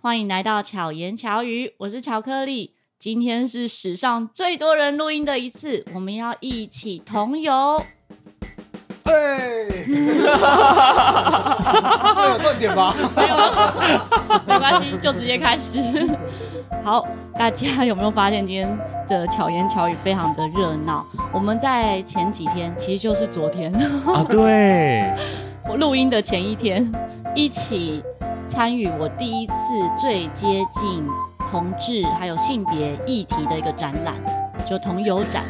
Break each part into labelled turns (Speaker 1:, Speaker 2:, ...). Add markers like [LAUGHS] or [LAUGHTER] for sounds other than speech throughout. Speaker 1: 欢迎来到巧言巧语，我是巧克力。今天是史上最多人录音的一次，我们要一起同游。
Speaker 2: 哎， [LAUGHS] 没有断点吧？
Speaker 1: 没关系，就直接开始。 [LAUGHS] 好，大家有没有发现今天的巧言巧语非常的热闹？我们在前几天，其实就是昨天， [LAUGHS]
Speaker 3: 啊，对，
Speaker 1: 我录音的前一天， [LAUGHS] 一起参与我第一次最接近同志还有性别议题的一个展览，就同游
Speaker 3: [LAUGHS]
Speaker 1: 展。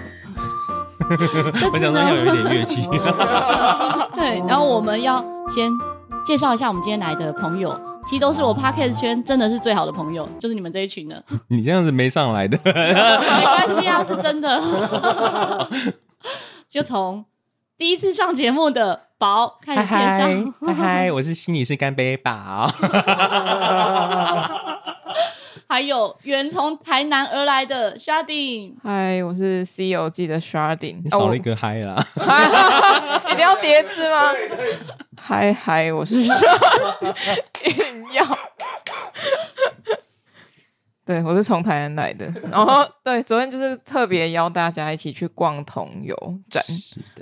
Speaker 1: 这
Speaker 3: 我
Speaker 1: 次
Speaker 3: 想说要有一
Speaker 1: 呢，
Speaker 3: 点乐器，
Speaker 1: [LAUGHS] 对，然后我们要先介绍一下我们今天来的朋友，其实都是我 podcast 圈真的是最好的朋友，就是你们这一
Speaker 3: [LAUGHS]
Speaker 1: 群的。
Speaker 3: [LAUGHS] 你这样子没上来 [LAUGHS] 的，
Speaker 1: 没关系啊，是真的。 [LAUGHS] 就从第一次上节目的宝开
Speaker 3: 嗨
Speaker 1: 始介
Speaker 3: 嗨
Speaker 1: 绍，
Speaker 3: 嗨 [LAUGHS] 嗨，我是心理师干杯宝，
Speaker 1: 还有远从台南而来的 Sharding，
Speaker 4: 嗨，我是《西游记》的 Sharding，
Speaker 3: 你
Speaker 4: 哦
Speaker 3: 少
Speaker 4: 我
Speaker 3: 了一个嗨啦， [LAUGHS]
Speaker 4: [LAUGHS] 一定要叠字吗？嗨嗨，我是 Sharding，硬要。对，我是从台南来的，然后对，昨天就是特别邀大家一起去逛同游展，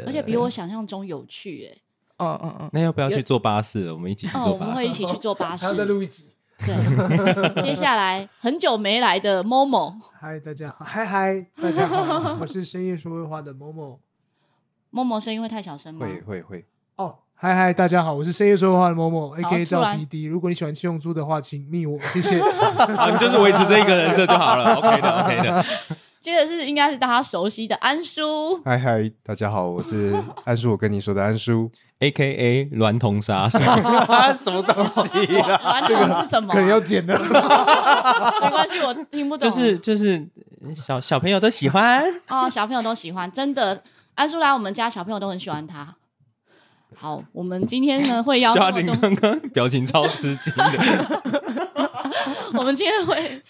Speaker 1: 而且比我想象中有趣耶、
Speaker 4: 嗯嗯嗯，
Speaker 3: 那要不要去坐巴士了？我们一起去
Speaker 1: 哦，
Speaker 3: 坐
Speaker 1: 我们
Speaker 3: 巴
Speaker 1: 会一
Speaker 3: 士。
Speaker 1: 起去坐巴士
Speaker 2: 还。要再录一集。
Speaker 3: [LAUGHS]
Speaker 1: 对，接下来很久没来的 Momo，Momo
Speaker 2: 嗨，大家好，嗨嗨，大家好，我是深夜说会话的某某。
Speaker 1: 声音会太小声吗？
Speaker 5: 会会会，
Speaker 2: 哦，嗨嗨，大家好，我是深夜说会话的某某，A
Speaker 1: 好
Speaker 2: K
Speaker 1: 突
Speaker 2: 赵
Speaker 1: 然
Speaker 2: P D。如果你喜欢七龙珠的话，请密我，谢谢。
Speaker 3: 啊，你就是维持这一个人设就好了 [LAUGHS] ，OK 的，OK 的。
Speaker 1: 接着是应该是大家熟悉的安
Speaker 3: [LAUGHS]
Speaker 1: 叔，
Speaker 5: [LAUGHS] 嗨嗨，大家好，我是安叔，我跟你说的安叔，
Speaker 3: A K A 娈
Speaker 1: [LAUGHS]
Speaker 3: 童杀手，
Speaker 5: 什么东西？
Speaker 1: 完全是什么
Speaker 2: [LAUGHS] 可能
Speaker 1: 啊、
Speaker 2: 要剪
Speaker 5: [LAUGHS]
Speaker 2: 了，
Speaker 1: 没关系，我听不懂。
Speaker 3: [LAUGHS] 就是就是小小朋友都喜
Speaker 1: [LAUGHS]
Speaker 3: 欢，
Speaker 1: 哦，小朋友都喜欢，真的。安叔来我们家，小朋友都很喜欢他。好，我们今天呢会邀
Speaker 3: 夏
Speaker 1: 这
Speaker 3: 琳
Speaker 1: 么
Speaker 3: 刚刚表情超吃惊的，
Speaker 1: [LAUGHS]
Speaker 3: [LAUGHS]
Speaker 1: 多，我们今天会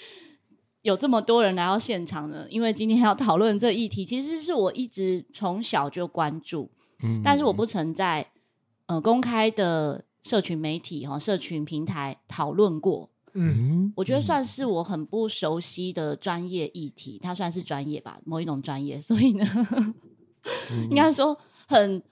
Speaker 1: 有这么多人来到现场呢，因为今天要讨论这议题，其实是我一直从小就关注，
Speaker 3: 嗯
Speaker 1: 但是我不曾在呃公开的社群媒体哈、哦社群平台讨论过。
Speaker 2: 嗯，
Speaker 3: 嗯
Speaker 1: 我觉得算是我很不熟悉的专业议题，它算是专业吧，某一种专业，所以呢，
Speaker 3: 嗯
Speaker 1: [LAUGHS] 应该说很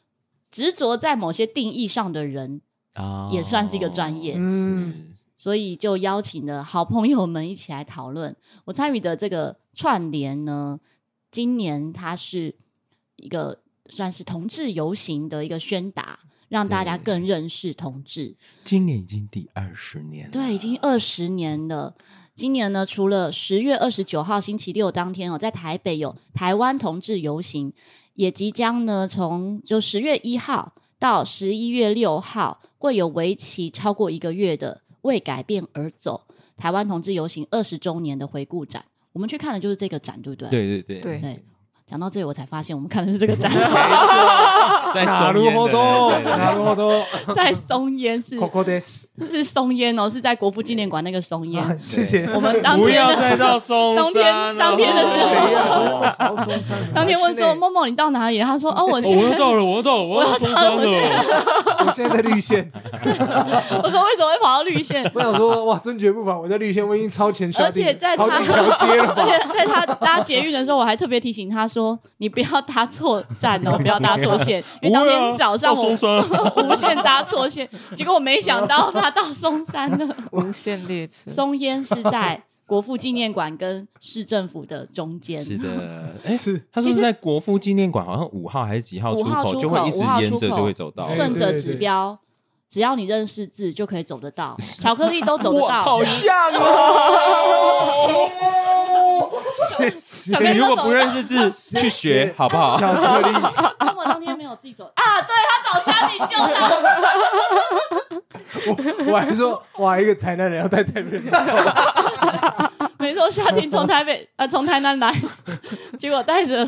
Speaker 1: 执着在某些定义上的人，
Speaker 3: 啊
Speaker 1: 也算是一个专业
Speaker 2: 嗯
Speaker 1: 所以就邀请了好朋友们一起来讨论。我参与的这个串联呢，今年它是一个算是同志游行的一个宣达，让大家
Speaker 3: 对
Speaker 1: 更认识同志。
Speaker 3: 今年已经第二十年了，
Speaker 1: 对，已经二十年了。今年呢，除了十月二十九号星期六当天哦，在台北有台湾同志游行，也即将呢从就十月一号到十一月六号，会有为期超过一个月的“为改变而走”台湾同志游行二十周年的回顾展。我们去看的就是这个展，对不对？
Speaker 3: 对对对
Speaker 4: 对
Speaker 1: 对。讲到这里，我才发现我们看的是这个展，哦
Speaker 3: [LAUGHS] 在
Speaker 2: 哪
Speaker 3: 收
Speaker 2: 路
Speaker 3: 烟的
Speaker 2: 活动，
Speaker 3: 对对对
Speaker 2: 哪路
Speaker 5: [LAUGHS]
Speaker 2: 活动
Speaker 1: [LAUGHS] 在松烟是
Speaker 2: ，Coco Des，
Speaker 1: 是松烟哦，是在国父纪念馆那个松
Speaker 3: [LAUGHS]
Speaker 1: 烟。
Speaker 2: [LAUGHS] 谢谢。
Speaker 1: 我们当
Speaker 3: 不
Speaker 1: 天
Speaker 3: 要
Speaker 1: 的
Speaker 3: 再到松
Speaker 1: [LAUGHS] 当
Speaker 3: 山
Speaker 1: 天
Speaker 3: 了
Speaker 1: 当天的时候
Speaker 2: 谁，呀？好松山
Speaker 1: 当天问说：“，默默，你到哪里？”他说：“哦，我
Speaker 3: 哦
Speaker 1: 现
Speaker 3: 我
Speaker 1: 在
Speaker 3: 要到了，我要到了，我要到松山了。
Speaker 2: 我现在在绿线。
Speaker 1: [LAUGHS] 我说为什么会跑到绿线？ [LAUGHS]
Speaker 2: 我想说，哇，尊爵不凡，我在绿线我已经超前刷
Speaker 1: 而
Speaker 2: 地，
Speaker 1: 且在他
Speaker 2: 好几条街
Speaker 1: [LAUGHS]
Speaker 2: 了
Speaker 1: 而
Speaker 2: 吧？
Speaker 1: 且在他搭捷运的时候，我还特别提醒他说：‘你不要搭错站
Speaker 3: [LAUGHS]
Speaker 1: 哦，不要搭错线，因为当
Speaker 3: 不会
Speaker 1: 天
Speaker 3: 啊
Speaker 1: 早上
Speaker 3: 到
Speaker 1: 我 [LAUGHS]
Speaker 3: 松山，
Speaker 1: 无限搭错线。’结果我没想到他到松山
Speaker 3: [LAUGHS]
Speaker 1: 了。
Speaker 4: 无限列车，
Speaker 1: 松烟是在国父纪念馆跟市政府的中间。
Speaker 3: [LAUGHS] 是的，哎，
Speaker 2: 是
Speaker 3: 他是
Speaker 1: 其
Speaker 3: 不
Speaker 1: 实
Speaker 3: 是在国父纪念馆？好像五号还是几号
Speaker 1: 五号出口
Speaker 3: 就会一直
Speaker 1: 五号
Speaker 3: 沿着
Speaker 1: 出口
Speaker 3: 就会走到。
Speaker 2: 哎
Speaker 1: 顺
Speaker 2: 对
Speaker 1: 着
Speaker 2: 对对
Speaker 1: 指标，只要你认识字就可以走得
Speaker 3: [LAUGHS]
Speaker 1: 到，巧克力都走得到。
Speaker 3: 好像哦！
Speaker 2: 谢谢
Speaker 1: [LAUGHS] 小
Speaker 3: 你
Speaker 1: 跟
Speaker 3: 如
Speaker 1: 他
Speaker 3: 果
Speaker 1: 走
Speaker 3: 不认识
Speaker 1: [LAUGHS]
Speaker 3: 字，去学好不好？
Speaker 2: 巧克力，
Speaker 1: 因为我当天没有自己走 [LAUGHS] 啊，对他找虾米就找，
Speaker 2: 我我还说，哇，一个台南人要带台北人走，
Speaker 1: 没错，夏婷从台 [LAUGHS] 北呃从台南来，结果带着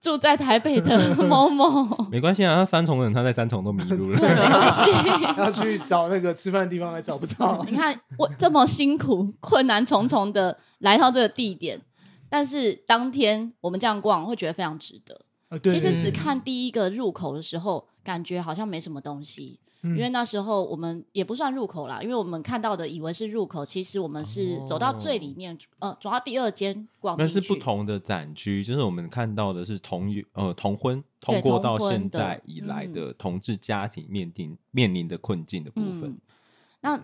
Speaker 1: 住在台北的某某，
Speaker 3: 没关系啊，他三重人他在三重都迷路
Speaker 1: [LAUGHS] 对，没
Speaker 3: 了。
Speaker 1: 关系。
Speaker 2: 要去找那个吃饭的地方还找不
Speaker 1: [LAUGHS]
Speaker 2: 到，
Speaker 1: 你看我这么辛苦、困难重重的来到这个地点，但是当天我们这样逛，会觉得非常值得。
Speaker 2: 啊对
Speaker 1: 其实
Speaker 3: 嗯
Speaker 4: 对
Speaker 1: 只看第一个入口的时候，感觉好像没什么东西，
Speaker 2: 因
Speaker 1: 因为那时候我们也不算入口啦，因为我们看到的以为是入口，其实我们是走到最里面，呃，走到第二间逛
Speaker 3: 那
Speaker 1: 哦进去。
Speaker 3: 是不同的展区，就是我们看到的是同友呃同婚
Speaker 1: 对
Speaker 3: 通过到
Speaker 1: 同婚
Speaker 3: 现
Speaker 1: 的嗯
Speaker 3: 在以来的同志家庭面临面临的困境的部分
Speaker 1: 嗯。那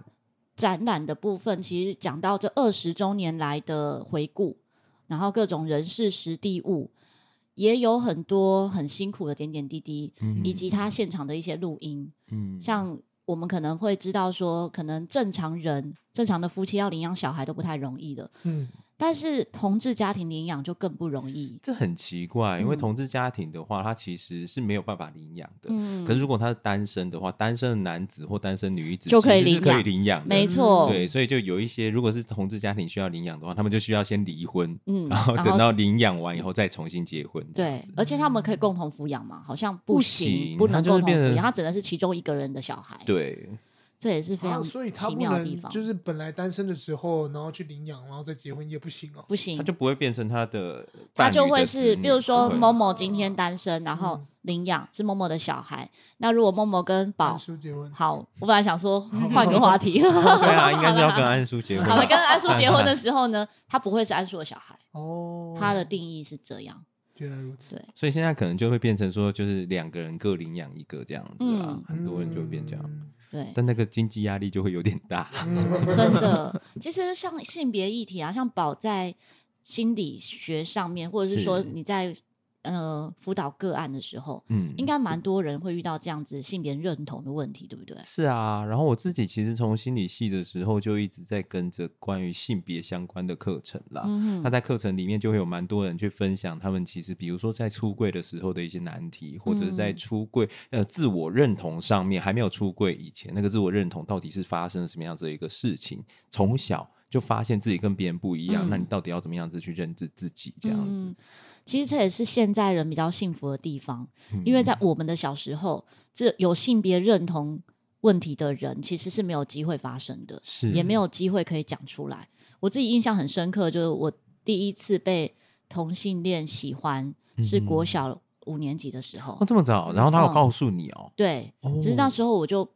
Speaker 1: 展览的部分，其实讲到这二十周年来的回顾，然后各种人事、实地物，也有很多很辛苦的点点滴滴，
Speaker 3: 嗯
Speaker 1: 以及他现场的一些录音。
Speaker 3: 嗯
Speaker 1: 像我们可能会知道说，可能正常人、正常的夫妻要领养小孩都不太容易的，
Speaker 2: 嗯，
Speaker 1: 但是同志家庭领养就更不容易。
Speaker 3: 这很奇怪，因为
Speaker 1: 嗯
Speaker 3: 同志家庭的话，他其实是没有办法领养的。
Speaker 1: 嗯，
Speaker 3: 可是如果他是单身的话，单身的男子或单身女子
Speaker 1: 就可以
Speaker 3: 其实是
Speaker 1: 领养
Speaker 3: 可以领养的，
Speaker 1: 没错，
Speaker 3: 对，所以就有一些，如果是同志家庭需要领养的话，他们就需要先离婚，
Speaker 1: 嗯，
Speaker 3: 然后等到领养完以后再重新结婚。
Speaker 1: 对，而且他们可以共同抚养嘛？好像
Speaker 3: 不
Speaker 1: 行，
Speaker 3: 行
Speaker 1: 不
Speaker 3: 他
Speaker 1: 能
Speaker 3: 就
Speaker 1: 共
Speaker 3: 是
Speaker 1: 同
Speaker 3: 变
Speaker 1: 抚
Speaker 3: 成
Speaker 1: 养，他只能是其中一个人的小孩。，
Speaker 3: 对，
Speaker 1: 这也是非
Speaker 2: 啊
Speaker 1: 常
Speaker 2: 所以他
Speaker 1: 奇
Speaker 2: 不
Speaker 1: 妙的地
Speaker 2: 能
Speaker 1: 方，
Speaker 2: 就是本来单身的时候，然后去领养，然后再结婚也不行哦。
Speaker 1: 不行，
Speaker 3: 他就不会变成他的
Speaker 1: 他
Speaker 3: 伴侣的子
Speaker 1: 就
Speaker 3: 女，
Speaker 1: 会是，比如说
Speaker 3: 不会嗯
Speaker 1: 某某今天单身，然后
Speaker 2: 嗯
Speaker 1: 领养是某某的小孩。那如果某某跟宝
Speaker 2: 安叔结
Speaker 3: [LAUGHS]
Speaker 2: 婚，
Speaker 1: 好，我本来想说换个话题，
Speaker 3: [LAUGHS] 对
Speaker 1: [LAUGHS]
Speaker 3: 啊，应该是要跟安叔结婚。
Speaker 1: 好了，跟安叔结婚的时候呢，他不会是安叔的小孩，
Speaker 2: 哦，
Speaker 1: 他的定义是这样。
Speaker 2: 原来如此，
Speaker 3: 所以现在可能就会变成说，就是两个人各领养一个这样子啊
Speaker 1: 嗯，
Speaker 3: 很多人就会变这样，
Speaker 2: 嗯。
Speaker 1: 对，
Speaker 3: 但那个经济压力就会有点大。
Speaker 2: 嗯
Speaker 1: [LAUGHS] 真的，其实像性别议题啊，像宝在心理学上面，或者是说
Speaker 3: 是
Speaker 1: 你在呃辅导个案的时候，
Speaker 3: 嗯，
Speaker 1: 应该蛮多人会遇到这样子性别认同的问题，对不对？
Speaker 3: 是啊，然后我自己其实从心理系的时候就一直在跟着关于性别相关的课程啦。
Speaker 1: 嗯
Speaker 3: 那
Speaker 1: 哼，
Speaker 3: 在课程里面就会有蛮多人去分享他们其实，比如说在出柜的时候的一些难题，或者是在
Speaker 1: 嗯
Speaker 3: 出柜呃自我认同上面还没有出柜以前，那个自我认同到底是发生了什么样子的一个事情？从小就发现自己跟别人不一样，
Speaker 1: 嗯
Speaker 3: 那你到底要怎么样子去认知自己？这样子，
Speaker 1: 嗯其实这也是现在人比较幸福的地方，嗯因
Speaker 3: 嗯
Speaker 1: 为在我们的小时候，这有性别认同问题的人其实是没有机会发生的，
Speaker 3: 是
Speaker 1: 也没有机会可以讲出来。我自己印象很深刻，就是我第一次被同性恋喜欢是
Speaker 3: 嗯
Speaker 1: 国小五年级的时候，
Speaker 3: 哦这么早，然后他有
Speaker 1: 嗯
Speaker 3: 告诉你哦，
Speaker 1: 对，只是
Speaker 3: 哦
Speaker 1: 那时候我就。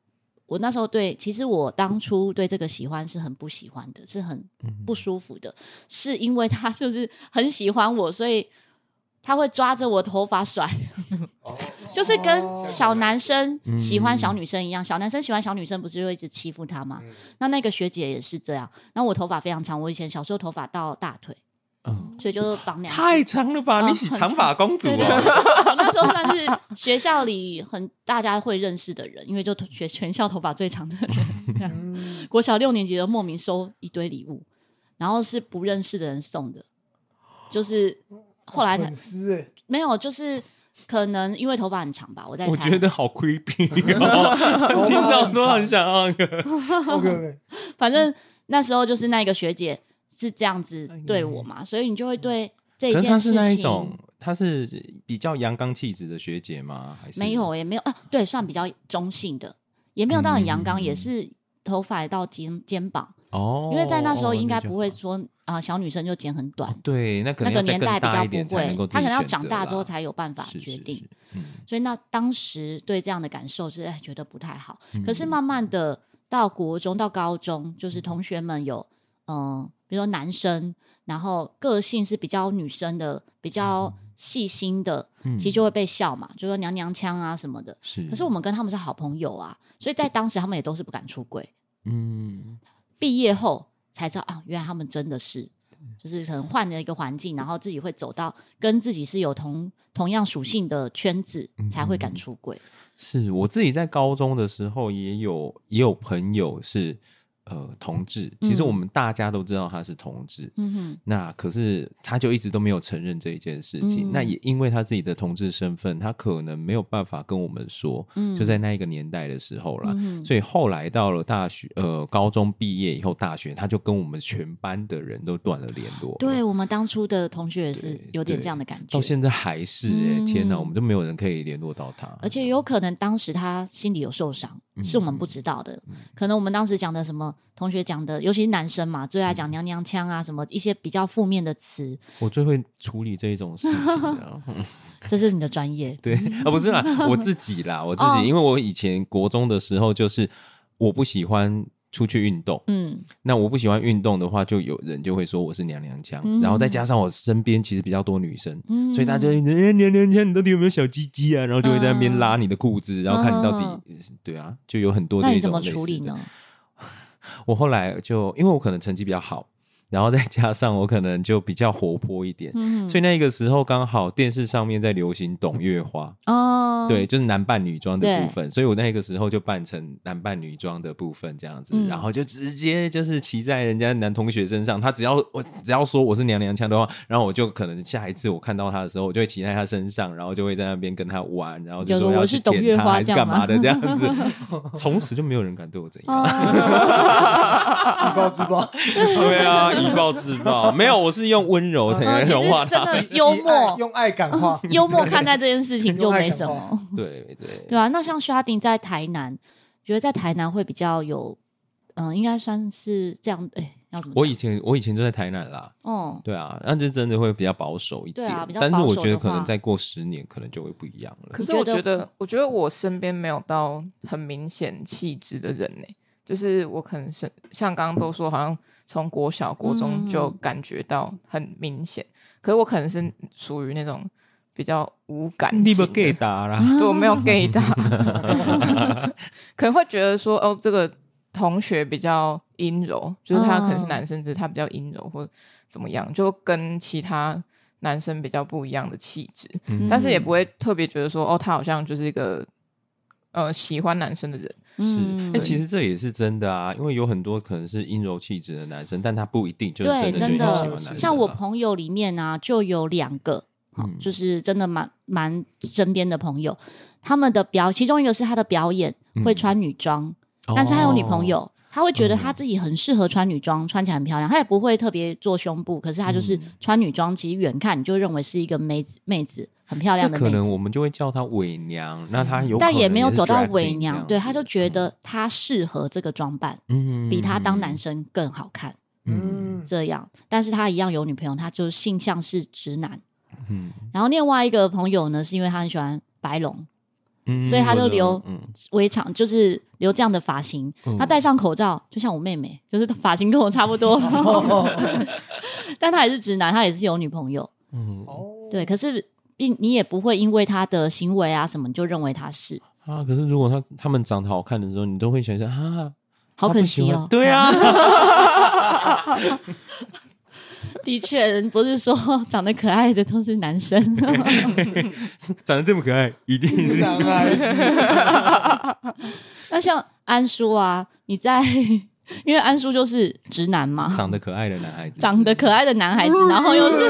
Speaker 1: 我那时候对，其实我当初对这个喜欢是很不喜欢的，是很不舒服的，是因为他就是很喜欢我，所以他会抓着我头发甩， [LAUGHS] 就是跟小男生喜欢小女生一样，小男生喜欢小女生不是就一直欺负他吗？那那个学姐也是这样。那我头发非常长，我以前小时候头发到大腿，
Speaker 3: 嗯，
Speaker 1: 所以就绑两只
Speaker 3: 太长了吧？
Speaker 1: 嗯
Speaker 3: 你是长发公主
Speaker 1: 对对对， [LAUGHS]
Speaker 3: 哦，
Speaker 1: 我那时候算是学校里很大家会认识的人，因为就全全校头发最长
Speaker 3: [LAUGHS]
Speaker 1: 的人。这样
Speaker 2: 嗯
Speaker 1: 国小六年级的莫名收一堆礼物，然后是不认识的人送的，就是后来才
Speaker 2: 粉丝哎，
Speaker 1: 没有，就是可能因为头发很长吧，我在
Speaker 3: 我
Speaker 1: 猜。
Speaker 3: 觉得好 creepy
Speaker 1: [LAUGHS]
Speaker 3: 哦，听到都很想要那个。
Speaker 2: OK，
Speaker 1: 反正那时候就是那个学姐是这样子对我嘛，所以你就会对这
Speaker 3: 可是
Speaker 1: 件
Speaker 3: 她
Speaker 1: 事
Speaker 3: 是
Speaker 1: 情
Speaker 3: 那一种，她是比较阳刚气质的学姐吗？还是
Speaker 1: 没有，也没有啊，对，算比较中性的，也没有到很阳刚，
Speaker 3: 嗯
Speaker 1: 也是头发到肩肩膀，
Speaker 3: 哦？
Speaker 1: 因为在那时候应该不会
Speaker 3: 哦
Speaker 1: 说啊、小女生就剪很短，
Speaker 3: 对，哦那可
Speaker 1: 那
Speaker 3: 能
Speaker 1: 个
Speaker 3: 要
Speaker 1: 年
Speaker 3: 再更
Speaker 1: 代比
Speaker 3: 大
Speaker 1: 较
Speaker 3: 一点
Speaker 1: 不
Speaker 3: 才能够
Speaker 1: 会，
Speaker 3: 自己
Speaker 1: 她可能要
Speaker 3: 选择
Speaker 1: 长大之后
Speaker 3: 啦
Speaker 1: 才有办法
Speaker 3: 是
Speaker 1: 决
Speaker 3: 是
Speaker 1: 定。
Speaker 3: 是嗯
Speaker 1: 所以那当时对这样的感受是哎觉得不太好。
Speaker 3: 嗯
Speaker 1: 可是慢慢的到国中到高中，就是同学们有嗯、呃比如说男生，然后个性是比较女生的，比较细心的，
Speaker 3: 嗯
Speaker 1: 其实就会被笑嘛，就说娘娘腔啊什么的。
Speaker 3: 是，
Speaker 1: 可是我们跟他们是好朋友啊，所以在当时他们也都是不敢出柜。
Speaker 3: 嗯，
Speaker 1: 毕业后才知道啊，原来他们真的是，
Speaker 3: 嗯
Speaker 1: 就是可能换了一个环境，然后自己会走到跟自己是有同同样属性的圈子，
Speaker 3: 嗯
Speaker 1: 才会敢出柜。
Speaker 3: 是我自己在高中的时候也有也有朋友是呃同志，其实
Speaker 1: 嗯
Speaker 3: 我们大家都知道他是同志，
Speaker 1: 嗯哼，
Speaker 3: 那可是他就一直都没有承认这一件事情。
Speaker 1: 嗯
Speaker 3: 那也因为他自己的同志身份，他可能没有办法跟我们说，
Speaker 1: 嗯
Speaker 3: 就在那一个年代的时候啦。
Speaker 1: 嗯哼
Speaker 3: 所以后来到了大学，呃，高中毕业以后，大学他就跟我们全班的人都断了联络了。
Speaker 1: 对我们当初的同学也是
Speaker 3: 对
Speaker 1: 有点
Speaker 3: 对
Speaker 1: 这样的感觉
Speaker 3: 到，现在还是哎、
Speaker 1: 嗯
Speaker 3: 天哪，我们都没有人可以联络到他。嗯
Speaker 1: 而且有可能当时他心里有受伤，是我们不知道的。可能我们当时讲的什么同学讲的，尤其是男生嘛，最爱
Speaker 3: 嗯
Speaker 1: 讲娘娘腔啊，什么一些比较负面的词，
Speaker 3: 我最会处理这一种事
Speaker 1: [LAUGHS]
Speaker 3: 情了。
Speaker 1: 这是你的专业。
Speaker 3: 对啊，不是啦，我自己啦，我自己，
Speaker 1: 哦
Speaker 3: 因为我以前国中的时候就是我不喜欢出去运动，
Speaker 1: 嗯
Speaker 3: 那我不喜欢运动的话，就有人就会说我是娘娘腔，
Speaker 1: 嗯
Speaker 3: 然后再加上我身边其实比较多女生，
Speaker 1: 嗯，
Speaker 3: 所以大家就会哎娘娘腔，你到底有没有小鸡鸡啊？然后就会在那边拉你的裤子，然后看你到底、对啊，就有很多
Speaker 1: 那
Speaker 3: 这
Speaker 1: 你
Speaker 3: 一
Speaker 1: 怎
Speaker 3: 种
Speaker 1: 么
Speaker 3: 类似
Speaker 1: 处理
Speaker 3: 的
Speaker 1: 呢？？
Speaker 3: 我后来就因为我可能成绩比较好，然后再加上我可能就比较活泼一点，
Speaker 1: 嗯，
Speaker 3: 所以那个时候刚好电视上面在流行董月花，
Speaker 1: 哦，
Speaker 3: 对，就是男扮女装的
Speaker 1: 对
Speaker 3: 部分，所以我那个时候就扮成男扮女装的部分这样子，
Speaker 1: 嗯
Speaker 3: 然后就直接就是骑在人家男同学身上，他只要我只要说我是娘娘腔的话，然后我就可能下一次我看到他的时候，我就会骑在他身上，然后就会在那边跟他玩，然后就
Speaker 1: 就
Speaker 3: 说
Speaker 1: 说
Speaker 3: 要
Speaker 1: 我
Speaker 3: 去
Speaker 1: 是董
Speaker 3: 舔
Speaker 1: 月
Speaker 3: 他
Speaker 1: 花
Speaker 3: 还是
Speaker 1: 这
Speaker 3: 干
Speaker 1: 样
Speaker 3: 嘛
Speaker 1: 吗哦
Speaker 3: 的
Speaker 1: [LAUGHS]
Speaker 3: 这样子，从此就没有人敢对我怎样。
Speaker 2: 以暴制暴，
Speaker 3: [LAUGHS] 对啊，以暴制暴，没有，我是用温柔
Speaker 1: 嗯，呃
Speaker 3: 的
Speaker 1: 其
Speaker 3: 融化
Speaker 1: 实真
Speaker 3: 他。
Speaker 1: 的幽
Speaker 2: 以爱
Speaker 1: 默，
Speaker 2: 用爱感化。
Speaker 1: [LAUGHS] 幽默看待这件事情就
Speaker 2: 用爱
Speaker 1: 没
Speaker 2: 感
Speaker 1: 什
Speaker 2: 化
Speaker 1: 么。
Speaker 3: 对对
Speaker 1: 对啊，那像 Sharding 在台南，觉得在台南会比较有，嗯、应该算是这样，哎、要怎么讲？
Speaker 3: 我以前我以前就在台南啦，
Speaker 1: 哦，
Speaker 3: 对啊，那这真的会比较保守一
Speaker 1: 对
Speaker 3: 点。
Speaker 1: 啊比较
Speaker 3: 但是
Speaker 1: 保
Speaker 3: 我
Speaker 1: 守
Speaker 3: 觉得
Speaker 1: 的
Speaker 3: 可能
Speaker 1: 话
Speaker 3: 再过十年，可能就会不一样了。
Speaker 4: 可是
Speaker 1: 你
Speaker 4: 我
Speaker 1: 觉
Speaker 4: 觉
Speaker 1: 得
Speaker 4: 得，我觉得我身边没有到很明显气质的人呢、欸就是我可能是像刚刚都说，好像从国小、国中就
Speaker 1: 嗯嗯
Speaker 4: 感觉到很明显。可是我可能是属于那种比较无感
Speaker 3: 你不
Speaker 4: 性的
Speaker 3: gay 打啦，
Speaker 4: 对我没有 gay 到， [LAUGHS] 可能会觉得说，哦，这个同学比较阴柔，就是他可能是
Speaker 1: 嗯
Speaker 4: 男生，只是他比较阴柔或怎么样，就跟其他男生比较不一样的气质，
Speaker 3: 嗯
Speaker 4: 但是也不会特别觉得说，哦，他好像就是一个呃喜欢男生的人，
Speaker 3: 是，哎、
Speaker 1: 对
Speaker 3: 其实这也是真的啊，因为有很多可能是阴柔气质的男生，但他不一定就是
Speaker 1: 对，
Speaker 3: 的就
Speaker 1: 真
Speaker 3: 一定喜欢
Speaker 1: 的
Speaker 3: 男生啊。
Speaker 1: 像我朋友里面啊，就有两个，好
Speaker 3: 嗯
Speaker 1: 就是真的蛮蛮身边的朋友，他们的表，其中一个是他的表演会
Speaker 3: 嗯
Speaker 1: 穿女装，
Speaker 3: 哦，
Speaker 1: 但是他有女朋友。他会觉得他
Speaker 3: 嗯
Speaker 1: 自己很适合穿女装，穿起来很漂亮。他也不会特别做胸部，可是他就是
Speaker 3: 嗯
Speaker 1: 穿女装，其实远看你就认为是一个妹子，妹子很漂
Speaker 3: 这
Speaker 1: 亮的
Speaker 3: 可
Speaker 1: 妹
Speaker 3: 能
Speaker 1: 子。
Speaker 3: 我们就会叫他伪娘，那他有可能
Speaker 1: 但也没有
Speaker 3: 是
Speaker 1: 走到
Speaker 3: drag queen
Speaker 1: 伪
Speaker 3: 这
Speaker 1: 娘，
Speaker 3: 样
Speaker 1: 对，
Speaker 3: 子
Speaker 1: 他就觉，得他适合这个装扮，
Speaker 3: 嗯
Speaker 1: 比他当男
Speaker 3: 生，
Speaker 1: 生更好看。
Speaker 3: 嗯
Speaker 2: 嗯，
Speaker 1: [LAUGHS] 这样，但是他一样有女朋友，他就是性向是直男。
Speaker 3: 嗯
Speaker 1: 然后另外一个朋友呢，是因为他很喜欢白龙，
Speaker 3: 嗯
Speaker 1: 所以他就
Speaker 3: 我懂
Speaker 1: 留
Speaker 3: 嗯
Speaker 1: 围场就是留这样的发型，
Speaker 3: 嗯
Speaker 1: 他戴上口罩，就像我妹妹， [LAUGHS] 就是发型跟我差
Speaker 3: [LAUGHS]
Speaker 1: 不
Speaker 3: 哦
Speaker 1: 多， [LAUGHS] 但他也是直男，他也是有女朋友，
Speaker 3: 嗯
Speaker 2: 哦
Speaker 1: 对，可是。你你也不会因为他的行为啊什么，你就认为他是，
Speaker 3: 啊，可是如果他他们长得好看的时候，你都会想想啊，
Speaker 1: 好
Speaker 3: 他
Speaker 1: 可
Speaker 3: 不喜
Speaker 1: 惜
Speaker 3: 欢
Speaker 1: 哦。
Speaker 3: 对啊，
Speaker 1: 的确，人不是说长得可爱的都是男
Speaker 3: [LAUGHS]
Speaker 1: 生，
Speaker 3: 长得这么可爱，一定是
Speaker 2: 男孩子
Speaker 1: 那像安叔啊，你在， [LAUGHS] 因为安叔就是直男嘛，
Speaker 3: 长得可爱的男孩子，
Speaker 1: 长得可爱的男孩子，然后又是